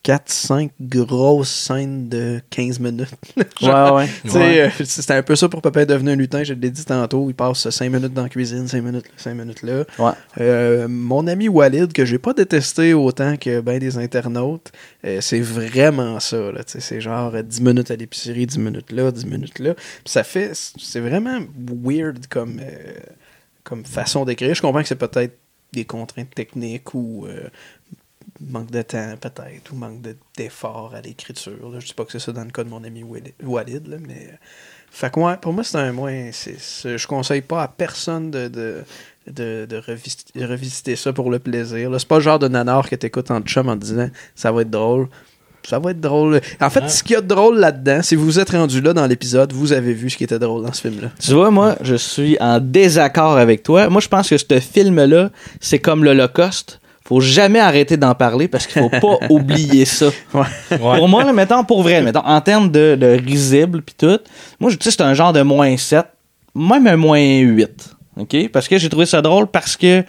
S2: 4-5 grosses scènes de 15 minutes. Genre,
S3: Ouais, ouais.
S2: tu sais,
S3: Ouais.
S2: euh, C'était un peu ça pour Papa est devenu un lutin, je l'ai dit tantôt. Il passe 5 minutes dans la cuisine, 5 minutes là, 5 minutes là. Euh, mon ami Walid, que j'ai pas détesté autant que ben des internautes, euh, c'est vraiment ça. là, tu sais, C'est genre euh, 10 minutes à l'épicerie, 10 minutes là, 10 minutes là. Puis ça fait. C'est vraiment weird comme, euh, comme façon d'écrire. Je comprends que c'est peut-être des contraintes techniques ou. euh, manque de temps peut-être ou manque de- d'effort à l'écriture. là. Je dis pas que c'est ça dans le cas de mon ami Walid, Walid, là, mais... Fait que ouais, pour moi, c'est un moins 6. Je conseille pas à personne de, de, de, de revis- de revisiter ça pour le plaisir. là. C'est pas le genre de nanar que t'écoutes en chum en te disant « ça va être drôle ». Ça va être drôle. En fait,
S3: Ouais.
S2: ce qu'il y a de drôle là-dedans, si vous vous êtes rendu là dans l'épisode, vous avez vu ce qui était drôle dans ce film-là.
S3: Tu vois, moi, je suis en désaccord avec toi. Moi, je pense que ce film-là, c'est comme l'Holocauste. Faut jamais arrêter d'en parler parce qu'il faut pas oublier ça. Pour moi, là, mettons, pour vrai, mettons, en termes de, de risible puis tout, moi, je dis c'est un genre de moins 7, même un moins 8. OK? Parce que j'ai trouvé ça drôle parce que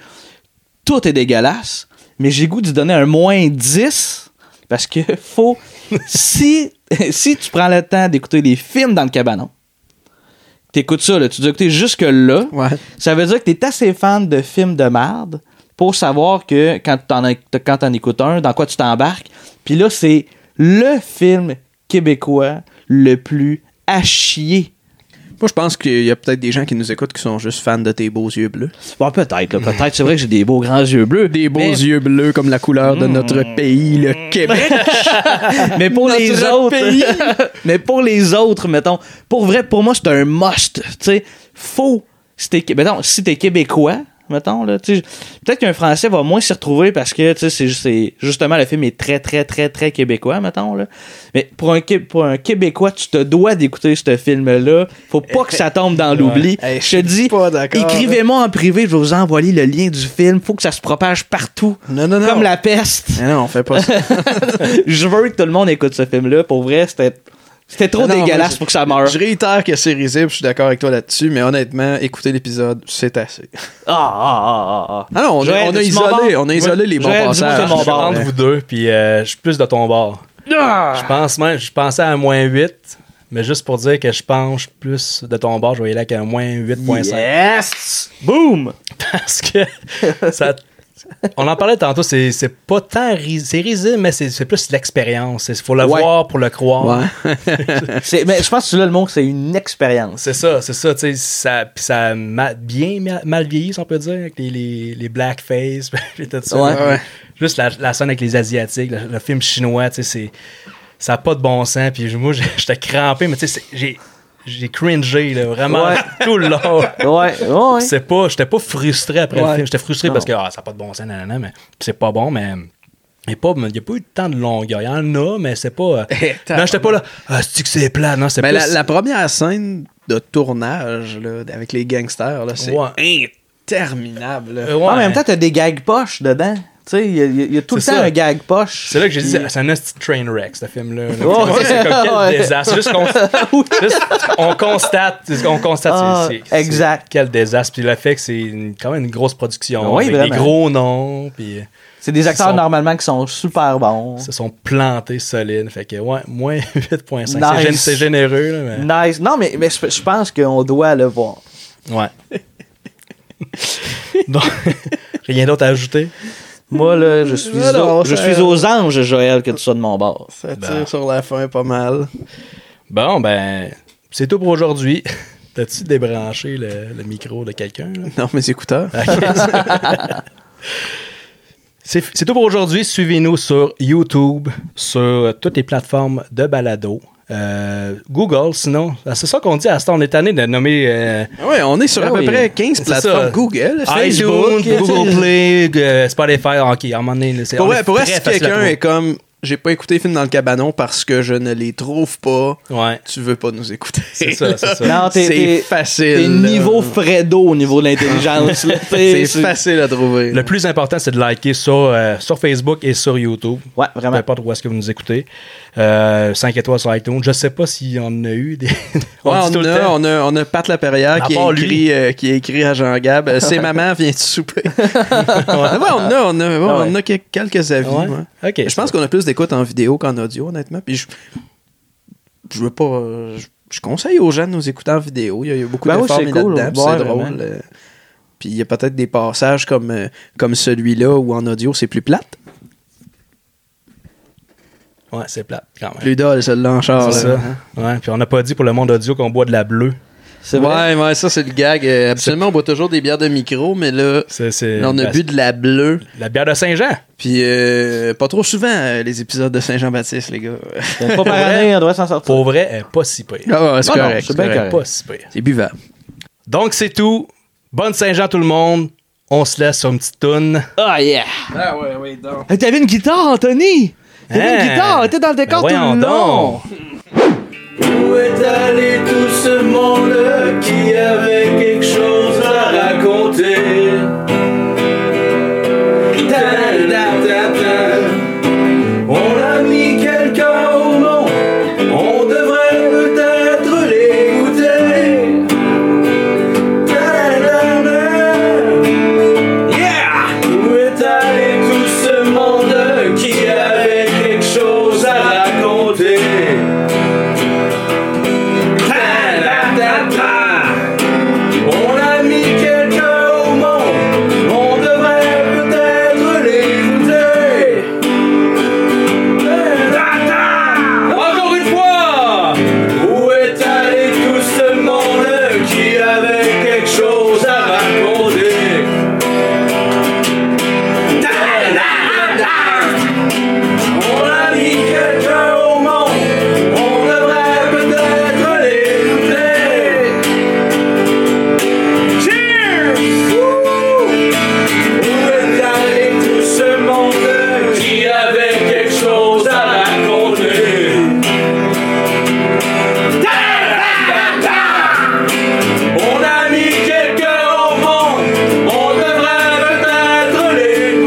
S3: tout est dégueulasse, mais j'ai goût d'y donner un moins 10 parce que faut. si, si tu prends le temps d'écouter des films dans le cabanon, t'écoutes ça, là, tu dis écouter jusque-là, ça veut dire que t'es assez fan de films de merde pour savoir que quand t'en, as- quand t'en écoutes un, dans quoi tu t'embarques. Puis là, c'est le film québécois le plus à chier.
S2: Moi, je pense qu'il y a peut-être des gens qui nous écoutent qui sont juste fans de tes beaux yeux bleus.
S3: Bon, peut-être, là, peut-être. C'est vrai que j'ai des beaux grands yeux bleus.
S2: Des beaux yeux bleus comme la couleur de notre pays, le Québec.
S3: mais pour les
S2: Notre
S3: autres,
S2: pays.
S3: mais pour les autres, mettons, pour vrai, pour moi, c'est un must. Tu sais, faut. Si t'es, Qué- mettons, si t'es québécois, mettons, là, tu sais, peut-être qu'un Français va moins s'y retrouver parce que, tu sais, c'est, juste- c'est- justement, le film est très, très, très, très québécois, mettons, là. Mais pour un, Qué- pour un Québécois, tu te dois d'écouter ce film-là. Faut pas que ça tombe dans l'oubli.
S2: Hey,
S3: je te dis,
S2: d'accord,
S3: écrivez-moi en privé, je vais vous envoyer le lien du film. Faut que ça se propage partout. Comme la peste.
S2: Mais non, on fait pas ça.
S3: je veux que tout le monde écoute ce film-là. Pour vrai, c'était, c'était trop
S2: Non, non,
S3: dégueulasse
S2: je-
S3: pour que ça meure.
S2: Je réitère que c'est risible, je suis d'accord avec toi là-dessus, mais honnêtement, écouter l'épisode, c'est assez.
S3: Ah, ah, ah, ah, ah.
S2: Ah non, on a- on a
S3: dis-moi
S2: isolé-
S3: bon.
S2: on a isolé les bons
S3: Joël, dis-moi
S2: passages.
S3: c'est mon
S1: Je suis
S3: bord.
S1: entre vous deux, puis euh, je suis plus de ton bord.
S3: Ah.
S1: Je pense même, je pensais à moins 8, mais juste pour dire que je penche plus de ton bord, je vais y aller avec un moins 8.5.
S3: Yes! Boom!
S1: Parce que ça. On en parlait tantôt, c'est c'est pas tant ri- c'est risible, mais c'est c'est plus l'expérience. Il faut le
S3: Ouais.
S1: voir pour le croire.
S3: C'est- mais je pense que là, le mot, c'est une expérience.
S1: C'est ça, c'est ça, tu sais, ça, pis ça a ma- bien ma- mal vieilli, si on peut dire, avec les, les, les blackface, pis tout ça.
S3: Ouais. Ouais.
S1: Juste la, la scène avec les Asiatiques, le, le film chinois, tu sais, c'est- ça n'a pas de bon sens, puis moi, j'ai- j'étais crampé, mais tu sais, c'est- j'ai- j'ai cringé, là, vraiment,
S3: Ouais.
S1: tout le long.
S3: Ouais, ouais, ouais.
S1: C'est pas, j'étais pas frustré après
S3: Ouais.
S1: le film, j'étais frustré
S3: Non.
S1: parce que, ah, ça n'a pas de bon sens, nanana, mais c'est pas bon, mais... Il n'y a pas eu tant de longueur. Il y en a, mais c'est pas. euh, non, j'étais pas là. Ah, c'est que c'est plat. Non, c'est
S2: Mais
S1: plus-
S2: la, la première scène de tournage là, avec les gangsters, là, c'est interminable. là.
S1: ouais.
S3: Ah, En même temps, t'as des gags poches dedans. Tu sais, il y, a- il y a tout le temps
S1: C'est ça.
S3: un gag poche.
S1: C'est là que j'ai dit,
S3: Puis-
S1: c'est un esti de train wreck, ce film-là. là.
S3: Ouais.
S1: Tu vois, C'est comme quel
S3: Ouais.
S1: désastre. Juste qu'on juste, on constate. On constate.
S3: Ah,
S1: c'est- c'est-
S3: exact.
S1: c'est Quel désastre. Puis le fait que c'est une- quand même une grosse production.
S3: Oui,
S1: avec
S3: vraiment.
S1: des gros noms. Puis
S3: C'est des
S1: ils
S3: acteurs
S1: sont-
S3: normalement qui sont super bons.
S1: se sont plantés solides. Fait que, ouais, moins 8.5.
S3: Nice.
S1: C'est gén- C'est généreux, là, mais.
S3: Nice. Non, mais, mais je je pense qu'on doit le voir.
S1: Ouais. Donc, rien d'autre à ajouter?
S3: Moi, là, je suis,
S2: Alors,
S3: au- je
S2: ça-
S3: suis aux anges, Joël, que tu sois de mon bord.
S2: Ça tire
S1: Bon.
S2: sur la fin pas mal.
S1: Bon, ben, c'est tout pour aujourd'hui. T'as-tu débranché le, le micro de quelqu'un? là?
S2: Non, mes écouteurs.
S1: C'est c'est tout pour aujourd'hui. Suivez-nous sur YouTube, sur euh, toutes les plateformes de balado. Euh, Google, sinon. Ah, C'est ça qu'on dit à ce temps. On est tanné de nommer. euh,
S2: ouais, on est sur à
S1: Ah
S2: peu
S1: oui.
S2: près 15
S1: C'est
S2: plateformes
S1: ça.
S2: Google,
S1: iTunes,
S2: Facebook.
S1: Google Play, euh, Spotify, OK. À un moment donné, là, c'est-
S2: Pour
S1: on
S2: vrai,
S1: est
S2: pour vrai,
S1: très
S2: si
S1: facile à
S2: quelqu'un
S1: trouver.
S2: est comme j'ai pas écouté les films dans le cabanon parce que je ne les trouve pas,
S1: Ouais.
S2: tu veux pas nous écouter.
S1: C'est ça, c'est ça.
S3: Non, Ah, t'es-
S2: C'est
S3: t'es-
S2: facile.
S3: T'es
S2: là.
S3: niveau Fredo au niveau de l'intelligence. là. T'es-
S2: C'est facile à trouver.
S1: Le plus important, c'est de liker sur, euh, sur Facebook et sur YouTube.
S3: Ouais, vraiment.
S1: Peu importe où est-ce que vous nous écoutez. Euh, 5 étoiles sur iTunes. Je sais pas si on en a eu des.
S2: Ouais,
S1: dit
S2: on,
S1: tout le
S2: a,
S1: temps.
S2: on, a, on a Pat Laperrière
S1: À
S2: qui,
S1: part
S2: a écrit,
S1: lui.
S2: euh, qui a écrit à Jean-Gab euh, C'est maman, viens-tu souper Ah ouais, on a, on a, ouais,
S1: Ah ouais.
S2: on a que- quelques avis.
S3: Ah
S1: Ouais?
S2: ouais.
S1: Ok,
S2: Je pense qu'on a plus d'écoute en vidéo qu'en audio, honnêtement. Puis je, je veux pas. euh, Je, je conseille aux gens de nous écouter en vidéo. Il y a, il y a beaucoup
S3: Ben oui,
S2: d'efforts
S3: c'est
S2: mis
S3: cool,
S2: là-dedans, puis
S3: ouais,
S2: c'est drôle.
S3: vraiment.
S2: euh, Puis il y a peut-être des passages comme, euh, comme celui-là où en audio c'est plus plate.
S1: Ouais, c'est plate quand même.
S2: Plus dole, celle-là en char.
S1: C'est
S2: là.
S3: hein.
S1: ça. Ouais, puis on n'a pas dit pour le monde audio qu'on boit de la bleue.
S3: C'est vrai.
S2: Ouais, ouais, ça c'est le gag. Euh, Absolument, on boit toujours des bières de micro, mais là,
S1: C'est- c'est-
S2: là, on a
S1: la-
S2: bu de la bleue.
S1: La bière de Saint-Jean.
S2: Puis euh, pas trop souvent euh, les épisodes de Saint-Jean-Baptiste, les gars.
S3: Une fois par année, on doit s'en sortir.
S1: Pour vrai, elle est pas si pire.
S2: Ah ouais, c'est
S3: Non, non,
S2: correct.
S3: c'est bien
S2: c'est correct.
S1: Elle est pas si pire.
S2: C'est buvable.
S1: Donc, c'est tout. Bonne Saint-Jean, tout le monde. On se laisse sur une petite toune.
S3: Ah, yeah!
S2: Ah ouais, ouais, donc.
S3: Hey, T'avais une guitare, Anthony! T'avais
S1: Hein?
S3: une guitare, elle était dans le décor
S1: Ben
S3: tout
S1: voyons
S3: le long!
S1: donc.
S3: Eh, Où est allé tout ce monde qui avait quelque chose à raconter? On a mis quelqu'un au monde, on devrait peut-être l'écouter. Où est allé tout ce monde qui avait quelque chose à raconter? Ta-da-da-da.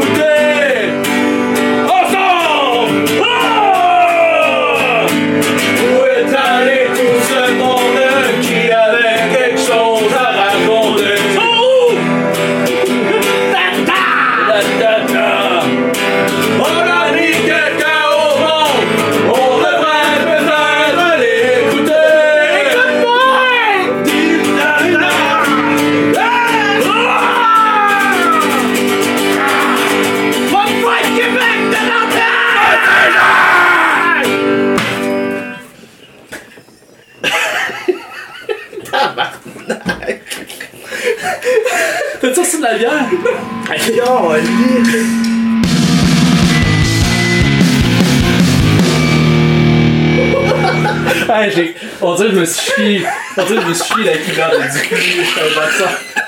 S1: Ah
S3: mettre ça sur de la bière? Aïe, Hey, j'ai- on dirait que je me suis chié. On dirait que je me suis chié la culotte du cul. Je suis un bâtard.